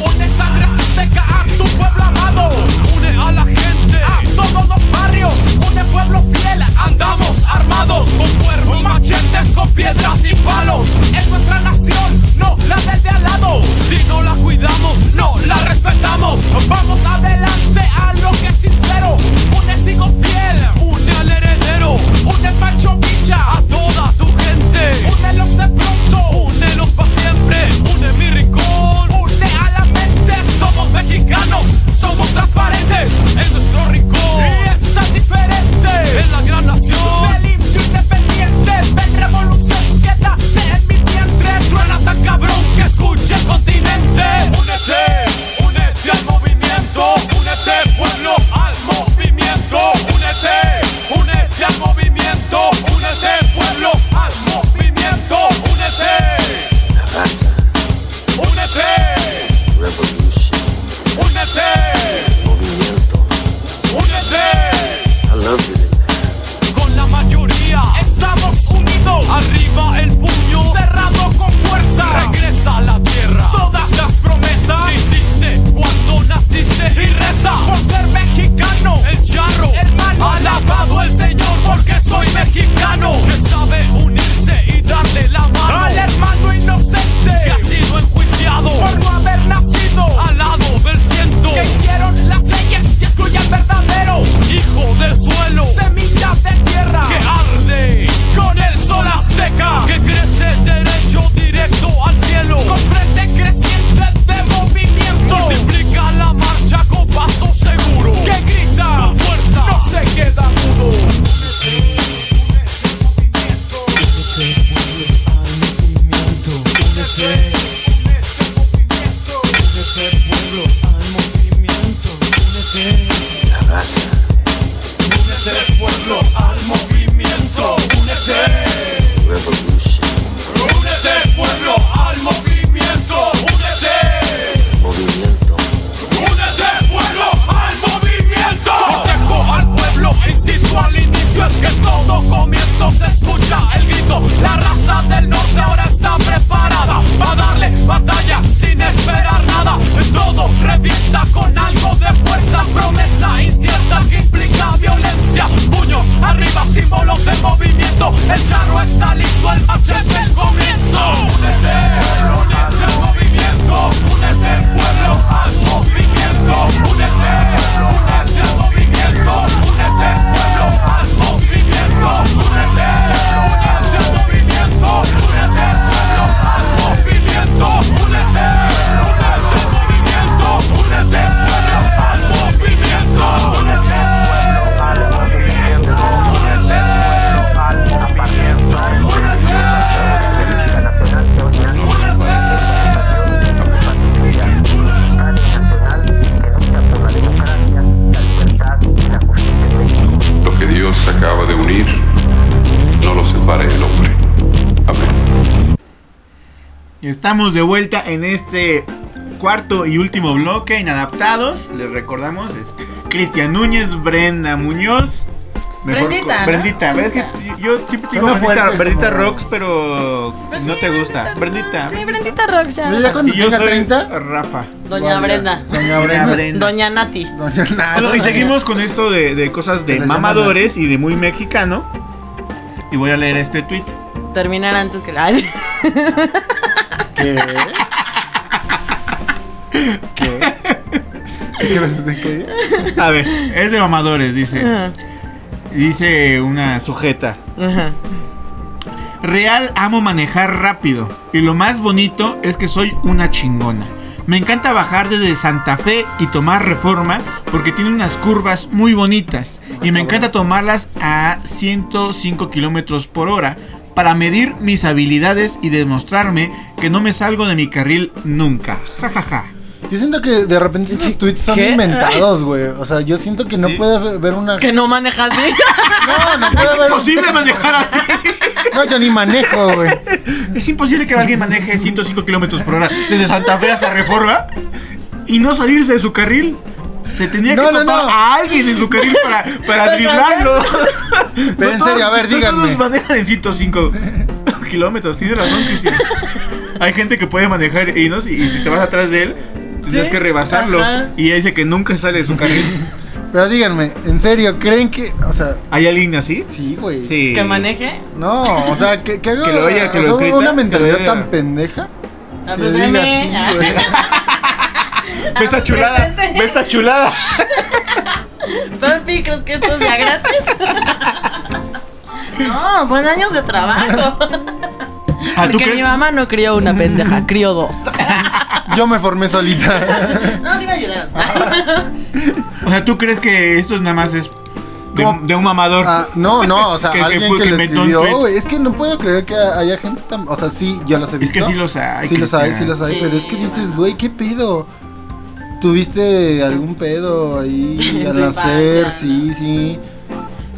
Speaker 9: Une sangre azteca a tu pueblo amado, une a la gente, a todos los barrios, une pueblo fiel, andamos armados con cuervos, machetes, con piedras y palos. Es nuestra nación, no la de, de al lado, si no la cuidamos, no la respetamos. e
Speaker 3: Estamos de vuelta en este cuarto y último bloque, inadaptados. Les recordamos, es Cristian Núñez, Brenda Muñoz.
Speaker 4: Brendita,
Speaker 3: co-
Speaker 4: ¿no?
Speaker 3: Brendita, ¿ves que yo siempre digo
Speaker 5: Suena
Speaker 3: Brendita,
Speaker 5: fuerte,
Speaker 3: Brendita
Speaker 5: como-
Speaker 3: Rocks, pero
Speaker 4: Pero
Speaker 3: no
Speaker 4: Pues sí,
Speaker 3: te gusta.
Speaker 4: Brendita
Speaker 3: Brendita.
Speaker 4: Rock. Sí, Brendita Rock ya.
Speaker 5: Pero ya cuando
Speaker 3: Y yo
Speaker 5: tenga
Speaker 3: soy
Speaker 5: 30.
Speaker 3: Rafa.
Speaker 4: Doña Brenda.
Speaker 5: Doña Brenda.
Speaker 4: Doña Nati.
Speaker 5: Doña
Speaker 3: Bueno, y
Speaker 5: Doña-
Speaker 3: seguimos con esto de, de cosas
Speaker 5: Se
Speaker 3: de
Speaker 5: les llama
Speaker 3: mamadores y de muy mexicano. Y voy a leer este tweet.
Speaker 4: Terminar antes que la.
Speaker 5: ¿Qué? ¿Qué? ¿Qué me de qué?
Speaker 3: A ver, es de mamadores, dice.
Speaker 4: Ajá,
Speaker 3: Dice una sujeta.
Speaker 4: ajá.
Speaker 3: Real amo manejar rápido. Y lo más bonito es que soy una chingona. Me encanta bajar desde Santa Fe y tomar reforma porque tiene unas curvas muy bonitas. Y me encanta tomarlas a 105 kilómetros por hora para medir mis habilidades y demostrarme que no me salgo de mi carril nunca. Ja, ja, ja.
Speaker 5: Yo siento que de repente esos tweets son
Speaker 4: ¿Qué?
Speaker 5: inventados, güey. O sea, yo siento que no
Speaker 3: Sí.
Speaker 5: puede haber una.
Speaker 4: Que no maneja así.
Speaker 5: No, no puede haber.
Speaker 3: Imposible manejar así.
Speaker 5: No, yo ni manejo, güey.
Speaker 3: Es imposible que alguien maneje 105 kilómetros por hora desde Santa Fe hasta Reforma y no salirse de su carril. Se tenía que
Speaker 5: No, no,
Speaker 3: topar
Speaker 5: no.
Speaker 3: a alguien en su carril para, para driblarlo.
Speaker 5: Pero en
Speaker 3: No
Speaker 5: serio, a ver,
Speaker 3: todos- no
Speaker 5: díganme.
Speaker 3: todos manejan en 105 kilómetros. Tiene razón, Cristian. Hay gente que puede manejar y, no, si- y si te vas atrás de él, tendrás
Speaker 4: Sí,
Speaker 3: que rebasarlo.
Speaker 4: ajá.
Speaker 3: Y dice que nunca sale de su carril.
Speaker 5: Pero díganme, en serio, ¿creen que.? O sea,
Speaker 3: ¿Hay alguien así?
Speaker 5: sí, güey.
Speaker 3: Sí.
Speaker 4: Que maneje.
Speaker 5: No, o sea, que, que haga
Speaker 3: Que lo oiga, que
Speaker 5: o
Speaker 3: lo
Speaker 5: sea,
Speaker 3: escrita,
Speaker 5: una
Speaker 3: que
Speaker 5: mentalidad
Speaker 3: lo diga.
Speaker 5: tan pendeja. que
Speaker 4: Pues
Speaker 5: le diga
Speaker 4: Apréndeme.
Speaker 5: así, güey.
Speaker 4: Ah.
Speaker 3: Ve esta Pues chulada. Pues Ve esta chulada.
Speaker 4: Papi, ¿crees que esto es ya gratis? No, son años de trabajo.
Speaker 3: Ah, ¿tú
Speaker 4: Porque mi
Speaker 3: crees?
Speaker 4: mamá no crió una pendeja, crió dos.
Speaker 5: Yo me formé solita.
Speaker 4: No, sí me ayudaron.
Speaker 3: O sea, ¿tú crees que esto es nada más es de,
Speaker 5: ¿Cómo?
Speaker 3: de un mamador?
Speaker 5: Ah, no, no, o sea,
Speaker 3: Que- que
Speaker 5: alguien
Speaker 3: fue
Speaker 5: que,
Speaker 3: que
Speaker 5: lo
Speaker 3: inventó un tweet.
Speaker 5: escribió, güey. Es que no puedo creer que haya gente tan. O sea, sí, yo los he
Speaker 3: es
Speaker 5: visto.
Speaker 3: que sí los hay.
Speaker 5: Sí los hay, sí
Speaker 3: Cristian.
Speaker 5: los hay,
Speaker 4: Sí,
Speaker 5: pero es que dices,
Speaker 4: bueno.
Speaker 5: güey, ¿qué pedo? ¿Tuviste algún pedo ahí
Speaker 4: En
Speaker 5: al
Speaker 4: tu
Speaker 5: nacer?
Speaker 4: infancia,
Speaker 5: Sí, sí.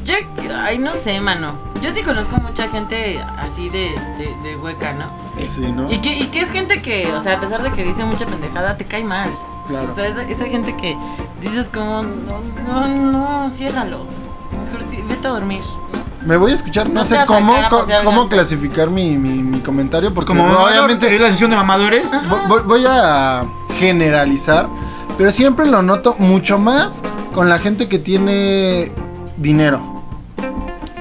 Speaker 4: Yo, ay, no sé, mano. Yo sí conozco mucha gente así de, de, de hueca, ¿no?
Speaker 5: Sí, ¿no?
Speaker 4: Y que, y que es gente que, o sea, a pesar de que dice mucha pendejada, te cae mal.
Speaker 5: Claro.
Speaker 4: O sea, esa, esa gente que dices como, no, no, no, ciérralo. Mejor sí, vete a dormir.
Speaker 5: Me voy a escuchar, no,
Speaker 4: No
Speaker 5: sé
Speaker 4: te vas a
Speaker 5: cómo,
Speaker 4: sacar a
Speaker 5: co-
Speaker 4: pasear
Speaker 5: cómo
Speaker 4: ganso.
Speaker 5: clasificar mi, mi, mi comentario, porque
Speaker 3: Pues Como mamador,
Speaker 5: obviamente
Speaker 3: es la sesión de mamadores.
Speaker 5: vo- voy, voy a generalizar, pero siempre lo noto mucho más con la gente que tiene dinero.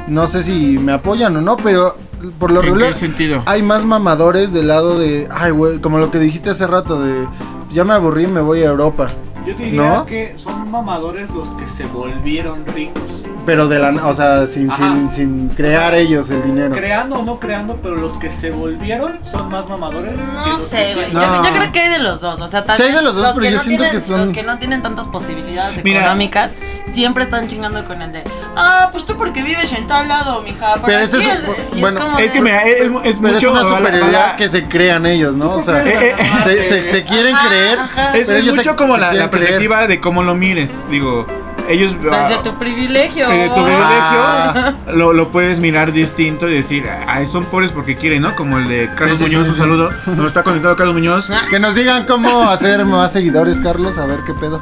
Speaker 5: No sé si me apoyan o no, pero por lo
Speaker 3: ¿En
Speaker 5: regular
Speaker 3: qué sentido?
Speaker 5: hay más mamadores del lado de, ay, güey, como lo que dijiste hace rato, de ya me aburrí, me voy a Europa.
Speaker 6: Yo diría
Speaker 5: ¿No?
Speaker 6: que son mamadores los que se volvieron ricos.
Speaker 5: Pero de la, na- o sea, sin,
Speaker 6: Ajá.
Speaker 5: sin, sin crear
Speaker 6: O sea,
Speaker 5: ellos el dinero.
Speaker 6: Creando o no creando, pero los que se volvieron son más mamadores. que
Speaker 4: No
Speaker 6: los
Speaker 4: sé,
Speaker 6: que
Speaker 4: güey.
Speaker 6: sí-
Speaker 4: Yo-
Speaker 5: No.
Speaker 4: Yo, creo que hay de los dos. O sea, también
Speaker 5: Sí, hay de los dos, pero
Speaker 4: que
Speaker 5: yo
Speaker 4: no
Speaker 5: siento
Speaker 4: tienen,
Speaker 5: que son-
Speaker 4: los que no tienen tantas posibilidades
Speaker 3: Mira.
Speaker 4: económicas siempre están chingando con el de, ah, pues tú porque vives en tal lado, mija. ¿para
Speaker 5: Pero ese
Speaker 4: qué?"
Speaker 5: es un-
Speaker 4: Y
Speaker 5: bueno,
Speaker 4: como
Speaker 3: Es
Speaker 4: de-
Speaker 3: que mira, eh, es, es
Speaker 5: Pero
Speaker 3: mucho.
Speaker 5: es una
Speaker 3: a la- a la-
Speaker 5: superioridad que se crean ellos, ¿no? O sea,
Speaker 3: Eh, eh, eh.
Speaker 5: se, se- se quieren
Speaker 4: Ajá,
Speaker 5: creer.
Speaker 4: ajá.
Speaker 3: Es,
Speaker 5: pero
Speaker 3: es
Speaker 5: ellos se-
Speaker 3: mucho como
Speaker 5: se
Speaker 3: la, la
Speaker 5: quieren creer.
Speaker 3: perspectiva de cómo lo mires. Digo, ellos. ah,
Speaker 4: Desde "Pues tu privilegio.
Speaker 3: eh, de tu privilegio
Speaker 5: Ah.
Speaker 3: lo, lo puedes mirar distinto y decir, ay, son pobres porque quieren, ¿no? Como el de Carlos
Speaker 5: Sí, sí,
Speaker 3: Muñoz,
Speaker 5: sí,
Speaker 3: un
Speaker 5: sí.
Speaker 3: saludo. Nos está conectado Carlos Muñoz.
Speaker 5: Que nos digan cómo hacer más seguidores, Carlos, a ver qué pedo,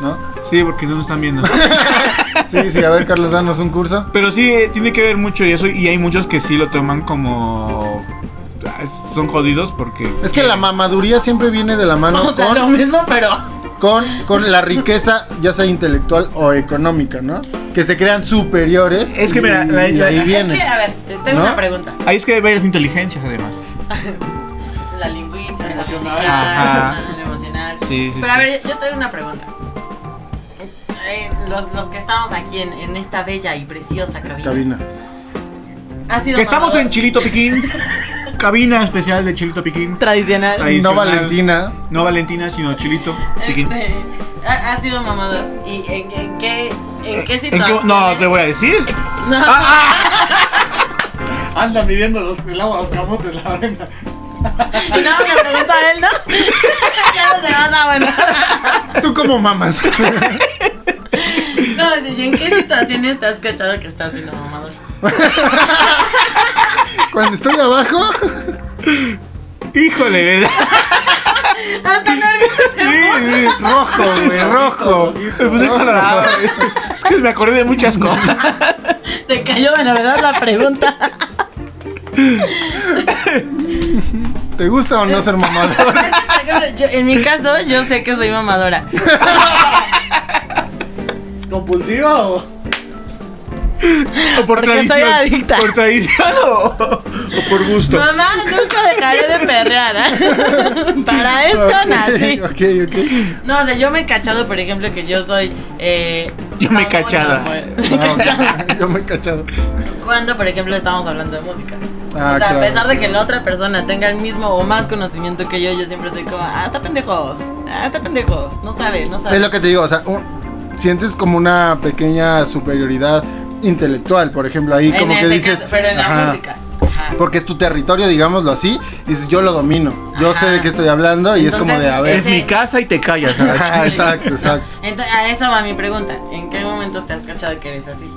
Speaker 5: ¿no?
Speaker 3: Sí, porque no nos están viendo.
Speaker 5: Sí, sí, a ver, Carlos, danos un curso.
Speaker 3: Pero sí, eh, tiene que ver mucho y eso, y hay muchos que sí lo toman como... ah, es- Son jodidos porque...
Speaker 5: Es que la mamaduría siempre viene de la mano
Speaker 4: O sea,
Speaker 5: con,
Speaker 4: lo mismo, pero.
Speaker 5: con, con la riqueza, ya sea intelectual o económica, ¿no? Que se crean superiores.
Speaker 3: Es que mira,
Speaker 5: y,
Speaker 3: la-
Speaker 5: y
Speaker 3: la-
Speaker 5: ahí
Speaker 3: es
Speaker 5: viene.
Speaker 4: Es que, a ver, te- tengo
Speaker 5: ¿No?
Speaker 4: una pregunta.
Speaker 3: Ahí es que hay varias inteligencias además.
Speaker 4: La lingüística, la
Speaker 6: Emocional.
Speaker 4: musical,
Speaker 3: Ajá.
Speaker 4: la emocional.
Speaker 3: Sí, sí,
Speaker 4: Pero a
Speaker 3: sí.
Speaker 4: ver, yo yo tengo una pregunta. Eh, Los, los que estamos aquí en, en esta bella y preciosa cabina.
Speaker 5: Cabina.
Speaker 4: Ha sido
Speaker 3: Que estamos
Speaker 4: mamador
Speaker 3: en Chilito Piquín. Cabina especial de Chilito Piquín.
Speaker 4: tradicional.
Speaker 3: Tra- Tradicional.
Speaker 5: No Valentina.
Speaker 3: No Valentina, sino Chilito Piquín.
Speaker 4: Este, ha, ha sido mamador. ¿Y en, en qué, en qué
Speaker 3: ¿En qué-
Speaker 4: situación?
Speaker 3: no, te voy a decir.
Speaker 4: No.
Speaker 6: Anda midiendo los, el agua, los camotes, la arena.
Speaker 4: Y no, me pregunto a él, ¿no? ya no te vas a bueno.
Speaker 5: Tú como mamas.
Speaker 4: No, sí, ¿y en qué situaciones te has cachado que estás siendo mamador?
Speaker 5: Cuando estoy abajo,
Speaker 3: Híjole, ¿verdad?
Speaker 4: Hasta nervioso.
Speaker 3: Sí, sí.
Speaker 5: Rojo, güey, rojo.
Speaker 3: Me puse colorado. Es que me acordé de muchas cosas.
Speaker 4: Te cayó de novedad la pregunta.
Speaker 5: ¿Te gusta o no ser mamador?
Speaker 4: Por ejemplo, yo- en mi caso, yo sé que soy mamadora.
Speaker 6: ¿Compulsiva o.?
Speaker 3: O por
Speaker 4: Porque soy
Speaker 3: tradición.
Speaker 4: adicta.
Speaker 3: Por tradición o, o por gusto.
Speaker 4: Mamá, nunca dejaré de perrear. ¿ah? Para esto nací.
Speaker 5: Ok, ok.
Speaker 4: No, o sea, yo me he cachado, por ejemplo, que yo soy. Eh,
Speaker 3: Yo me he
Speaker 4: mamona,
Speaker 3: cachada.
Speaker 4: pues.
Speaker 5: Ah, ok. Yo me he cachado.
Speaker 4: Cuando, por ejemplo, estamos hablando de música.
Speaker 5: Ah,
Speaker 4: o sea,
Speaker 5: claro.
Speaker 4: a pesar de que la otra persona tenga el mismo o más conocimiento que yo, yo siempre soy como, ah, está pendejo. Ah, está pendejo. No sabe, no sabe.
Speaker 5: Es lo que te digo, o sea, un- sientes como una pequeña superioridad intelectual, por ejemplo, ahí
Speaker 4: En
Speaker 5: como que
Speaker 4: ese
Speaker 5: dices,
Speaker 4: caso, pero en la
Speaker 5: ajá,
Speaker 4: música. Ajá.
Speaker 5: porque es tu territorio, digámoslo así, y dices, yo lo domino, yo sé
Speaker 4: Ajá.
Speaker 5: de qué estoy hablando y es como de,
Speaker 4: Entonces,
Speaker 5: a ver,
Speaker 3: Es mi casa y te callas. ¿sabes?
Speaker 5: Ajá, exacto, exacto.
Speaker 4: Entonces, a esa va mi pregunta. ¿En qué momento te has cachado que eres así?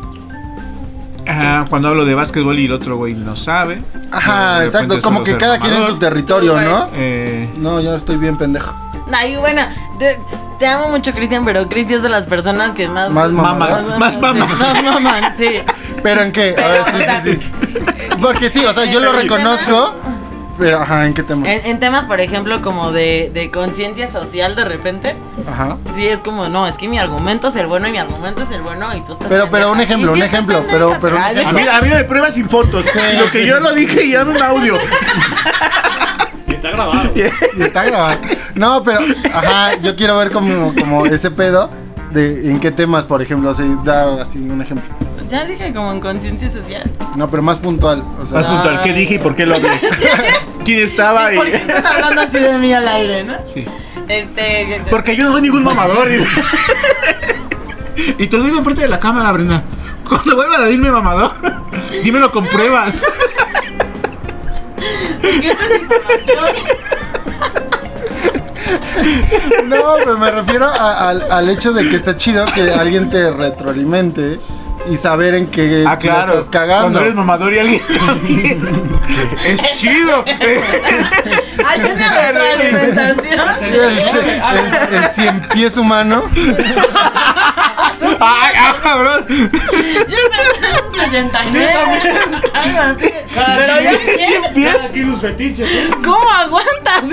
Speaker 3: Ah, cuando hablo de básquetbol y el otro güey no sabe.
Speaker 5: Ajá,
Speaker 3: De
Speaker 5: exacto,
Speaker 3: repente
Speaker 5: como
Speaker 3: suelo
Speaker 5: que
Speaker 3: ser
Speaker 5: cada quien en su
Speaker 3: mamador.
Speaker 5: territorio, ¿no?
Speaker 3: Eh,
Speaker 5: No, yo estoy bien pendejo.
Speaker 4: Ay, bueno, te, te amo mucho, Cristian, pero Cristian es de las personas que más.
Speaker 5: Más mamador.
Speaker 3: Mama. Más mama.
Speaker 4: sí, Más maman, sí.
Speaker 5: ¿Pero en qué? A
Speaker 4: Pero,
Speaker 5: ver,
Speaker 4: o sea,
Speaker 5: sí, sí, sí. Porque sí, o sea, yo lo
Speaker 4: en
Speaker 5: reconozco, pero ajá, ¿en qué tema?
Speaker 4: En, en temas, por ejemplo, como de, de conciencia social, de repente,
Speaker 5: Ajá.
Speaker 4: sí es como, no, es que mi argumento es el bueno y mi argumento es el bueno y tú estás.
Speaker 5: Pero, pero un
Speaker 4: pendeja.
Speaker 5: ejemplo,
Speaker 4: Y sí
Speaker 5: un
Speaker 4: estoy
Speaker 5: ejemplo,
Speaker 4: pendeja.
Speaker 5: pero, pero un
Speaker 4: Ay,
Speaker 5: ejemplo.
Speaker 3: a, mí, a mí me pruebas sin fotos. lo que yo lo dije y dame un audio.
Speaker 6: Y está grabado.
Speaker 5: Y está grabado. No, pero, ajá, yo quiero ver como, como ese pedo de en qué temas, por ejemplo, así, dar así un ejemplo.
Speaker 4: Ya dije como en conciencia social.
Speaker 5: No, pero más puntual. O sea,
Speaker 3: Más puntual, ¿qué dije y por qué lo hablé? ¿Quién estaba? Y...
Speaker 4: Porque estás hablando así de mí al aire, ¿no?
Speaker 3: Sí.
Speaker 4: Este.
Speaker 3: Porque yo no soy ningún mamador. dice. y te lo digo enfrente de la cámara, Brenda. Cuando vuelvan a decirme mamador, dímelo con pruebas.
Speaker 4: ¿Qué esta es información?
Speaker 5: No, pero me refiero a- al, al hecho de que está chido que alguien te retroalimente y saber en qué
Speaker 3: Ah,
Speaker 5: te
Speaker 3: claro.
Speaker 5: estás cagando.
Speaker 3: Cuando eres mamador y alguien también. es chido.
Speaker 4: Hay una retroalimentación.
Speaker 5: Sí, el, el- el cien pies humano.
Speaker 3: Ay, ah, cabrón.
Speaker 4: Yo me 69. Algo así. Pero ya bien.
Speaker 6: Cada quien sus fetiches. ¿eh?
Speaker 4: ¿Cómo aguantas?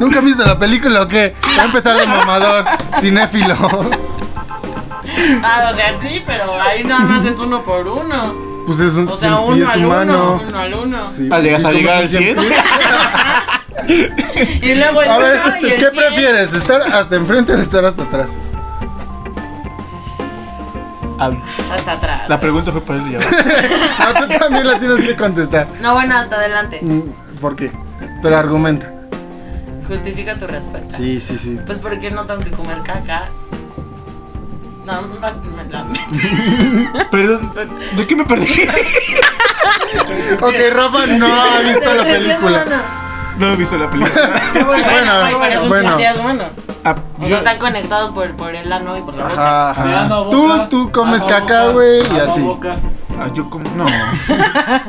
Speaker 5: ¿Nunca viste la película o qué? Va a empezar de mamador, cinéfilo.
Speaker 4: Ah, o sea, sí, pero ahí nada más es uno por uno.
Speaker 5: Pues es un
Speaker 4: O sea,
Speaker 5: cien
Speaker 4: uno
Speaker 5: pies
Speaker 4: al
Speaker 5: humano.
Speaker 4: uno, uno al uno.
Speaker 5: Sí,
Speaker 3: Al llegar-
Speaker 5: sí,
Speaker 3: al
Speaker 5: ¿cómo
Speaker 3: llegar
Speaker 5: son
Speaker 3: al
Speaker 5: cien
Speaker 3: 100?
Speaker 5: pies?
Speaker 4: Y luego el
Speaker 5: A
Speaker 4: uno
Speaker 5: ver,
Speaker 4: y el
Speaker 5: ¿qué
Speaker 4: cien.
Speaker 5: prefieres? ¿Estar hasta enfrente o estar hasta atrás?
Speaker 4: Hasta atrás.
Speaker 3: La pregunta fue para él ya.
Speaker 5: No, tú también la tienes que contestar.
Speaker 4: No, bueno, hasta adelante.
Speaker 5: Mm, ¿Por qué? Pero argumenta.
Speaker 4: Justifica tu respuesta.
Speaker 5: Sí, sí, sí.
Speaker 4: Pues porque no tengo que comer caca. No, no, me la
Speaker 3: Perdón, ¿de qué me perdí?
Speaker 5: Ok, Rafa no ha visto la película.
Speaker 3: No he visto la película.
Speaker 4: Qué bueno, ay, pero es
Speaker 5: Bueno,
Speaker 4: un
Speaker 5: bueno.
Speaker 4: chiste, es bueno.
Speaker 3: Ah,
Speaker 4: O sea,
Speaker 3: yo-
Speaker 4: están conectados por, por el ano y por la boca.
Speaker 5: Ajá,
Speaker 6: Mirando a
Speaker 5: ajá.
Speaker 6: boca,
Speaker 5: Tú, tú comes
Speaker 6: amo a
Speaker 5: caca,
Speaker 6: boca,
Speaker 5: güey, y
Speaker 6: amo a
Speaker 5: así.
Speaker 6: boca.
Speaker 3: ah, yo como. No.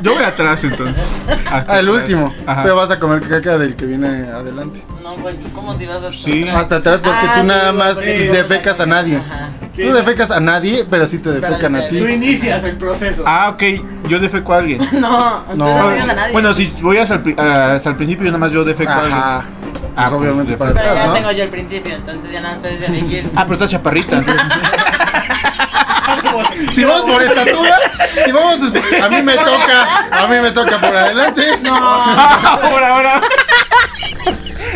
Speaker 3: Yo voy atrás entonces. Hasta
Speaker 5: Ah, el
Speaker 3: atrás.
Speaker 5: último.
Speaker 3: Ajá.
Speaker 5: Pero vas a comer caca del que viene adelante.
Speaker 4: No, güey, ¿cómo si vas a
Speaker 3: Sí.
Speaker 5: Hasta atrás porque
Speaker 4: Ah,
Speaker 5: tú
Speaker 4: sí,
Speaker 5: nada
Speaker 4: güey,
Speaker 5: más
Speaker 4: porque tú
Speaker 5: defecas
Speaker 4: no
Speaker 5: a
Speaker 4: la
Speaker 5: nadie.
Speaker 4: comes, ajá.
Speaker 6: Sí,
Speaker 5: Tú defecas a nadie, pero sí te defecan a
Speaker 4: te
Speaker 6: Tú
Speaker 5: ti.
Speaker 6: inicias el proceso.
Speaker 3: Ah, ok. Yo defeco a alguien.
Speaker 4: No, tú no,
Speaker 5: No.
Speaker 4: pegas a nadie.
Speaker 3: Bueno, si voy hasta el, pri- ah, hasta el principio, yo nada más yo defeco a alguien.
Speaker 5: Ajá. Pues
Speaker 3: pues,
Speaker 6: Ah,
Speaker 5: obviamente para
Speaker 4: pero ya
Speaker 5: atrás,
Speaker 4: tengo
Speaker 5: ¿no?
Speaker 4: yo el principio, entonces ya nada más puedes elegir.
Speaker 3: Ah, pero está chaparrita. entonces-
Speaker 5: Si vamos por estatuas, si vamos a mí me toca, a mí me toca por adelante.
Speaker 4: No,
Speaker 3: ahora, ahora.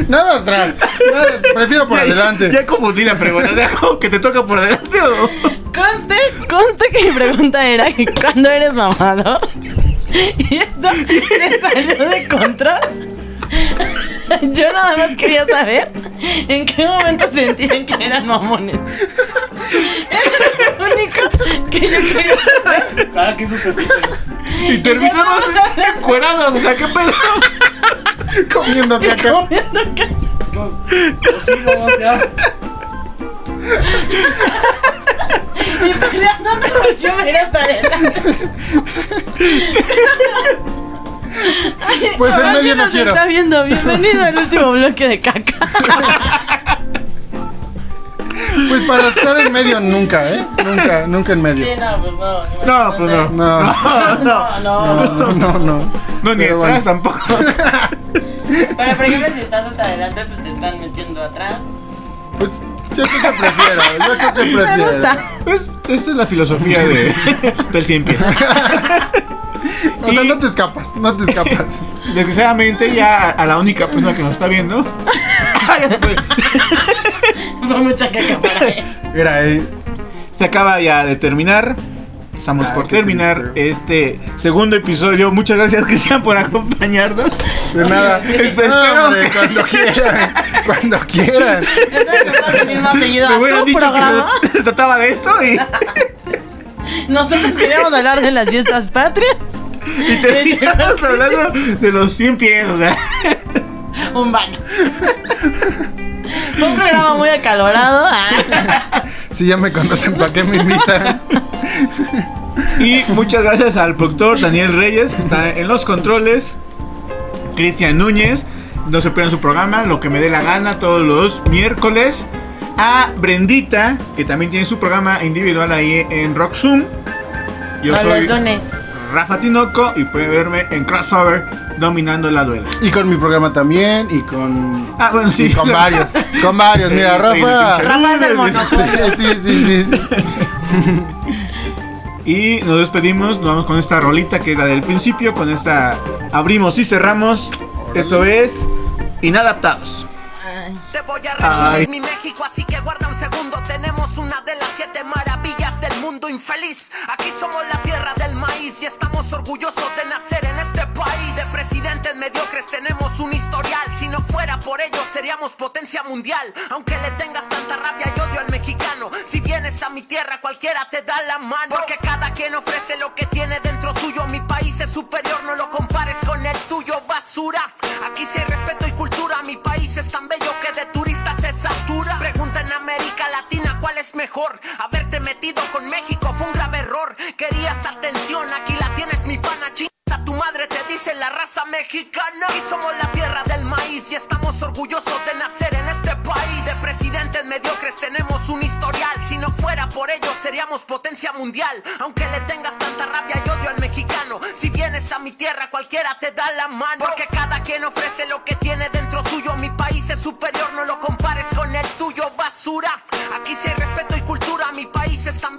Speaker 5: Nada atrás, nada, prefiero por adelante.
Speaker 3: Ya confundí la pregunta. ¿Ya como que te toca por adelante o.?
Speaker 4: conste, conste que mi pregunta era que cuando eres mamado. Y esto se salió de control. Yo nada más quería saber en qué momento sentían que eran mamones. Era lo único que yo quería saber.
Speaker 6: Cada quien sus fetiches.
Speaker 3: Y terminamos
Speaker 5: ¿eh?
Speaker 3: encuerados. O sea, ¿qué pedo?
Speaker 5: comiendo caca.
Speaker 4: comiendo caca.
Speaker 6: Los, los hijos, ya.
Speaker 4: Y peleándome por yo me hasta adelante. Ay,
Speaker 5: Pues en
Speaker 4: Ahora
Speaker 5: medio
Speaker 4: sí
Speaker 5: no
Speaker 4: nos
Speaker 5: quiero.
Speaker 4: está viendo. Bienvenido al último bloque de caca.
Speaker 5: Pues para estar en medio nunca, ¿eh? Nunca, nunca en medio.
Speaker 4: no, pues no.
Speaker 5: No, pues no. No,
Speaker 4: No, no.
Speaker 5: no, no, no.
Speaker 3: No, ni
Speaker 5: Pero
Speaker 3: atrás
Speaker 5: bueno.
Speaker 3: tampoco.
Speaker 4: Pero por ejemplo, si estás hasta adelante, pues te están metiendo atrás.
Speaker 5: Pues yo creo que prefiero, yo creo que prefiero.
Speaker 4: Me gusta.
Speaker 3: Es- esa es la filosofía de, del cien pies.
Speaker 5: O sea, no te escapas, no te escapas.
Speaker 3: Desgraciadamente, ya a la única persona que nos está viendo.
Speaker 4: Fue mucha caca para él.
Speaker 5: Mira, eh,
Speaker 3: Se acaba ya de terminar. Estamos
Speaker 5: Ah,
Speaker 3: por
Speaker 5: qué
Speaker 3: terminar este
Speaker 5: triste.
Speaker 3: segundo episodio. Muchas gracias, Cristian, por acompañarnos.
Speaker 5: de nada. No, hombre, cuando quieran, cuando quieran.
Speaker 4: Eso es lo que pasa, mi más seguido
Speaker 3: Me hubieras
Speaker 4: a tu
Speaker 3: dicho
Speaker 4: programa.
Speaker 3: que se trataba de eso y,
Speaker 4: Nosotros queríamos hablar de las fiestas patrias.
Speaker 3: y terminamos hablando de los 100 pies. O sea,
Speaker 4: Humbanos. Fue un programa muy acalorado. Ah,
Speaker 5: Si ya me conocen, ¿para qué me invitan?
Speaker 3: y muchas gracias al productor Daniel Reyes, que está en los controles. Cristian Núñez, no se pierdan su programa, lo que me dé la gana, todos los miércoles. A Brendita, que también tiene su programa individual ahí en Rock Zoom. Yo
Speaker 4: Con
Speaker 3: soy
Speaker 4: los dones.
Speaker 3: Rafa Tinoco y puede verme en crossover dominando la duela.
Speaker 5: Y con mi programa también, y con.
Speaker 3: Ah, bueno, sí.
Speaker 5: y con varios, con varios. Mira, Rafa.
Speaker 4: Rafa es el monopolio.
Speaker 5: Sí, sí, sí, sí. sí.
Speaker 3: Y nos despedimos, nos vamos con esta rolita que es la del principio, con esta abrimos y cerramos. Esto es Inadaptados.
Speaker 2: Te voy a
Speaker 3: Ay.
Speaker 2: resumir mi México, así que guarda un segundo. Tenemos una de las siete maravillas del mundo infeliz. Aquí somos la tierra del maíz y estamos orgullosos de nacer en este país. De presidentes mediocres tenemos un historial. Si no fuera por ellos, seríamos potencia mundial. Aunque le tengas tanta rabia y odio al mexicano. Si vienes a mi tierra, cualquiera te da la mano. Porque cada quien ofrece lo que tiene dentro suyo. Mi país es superior, no lo compares con el tuyo, basura. Aquí sí hay respeto y cultura. Mi país es tan bello que de turistas se satura. Pregunta en América Latina cuál es mejor. Haberte metido con México fue un grave error. Querías atención, aquí la tienes, mi pana chinga. A tu madre te dice la raza mexicana Y somos la tierra del maíz y estamos orgullosos de nacer en este país De presidentes mediocres tenemos un historial Si no fuera por ellos seríamos potencia mundial Aunque le tengas tanta rabia y odio al mexicano Si vienes a mi tierra cualquiera te da la mano Porque cada quien ofrece lo que tiene dentro suyo Mi país es superior, no lo compares con el tuyo, basura Aquí sí hay respeto y cultura, mi país es tan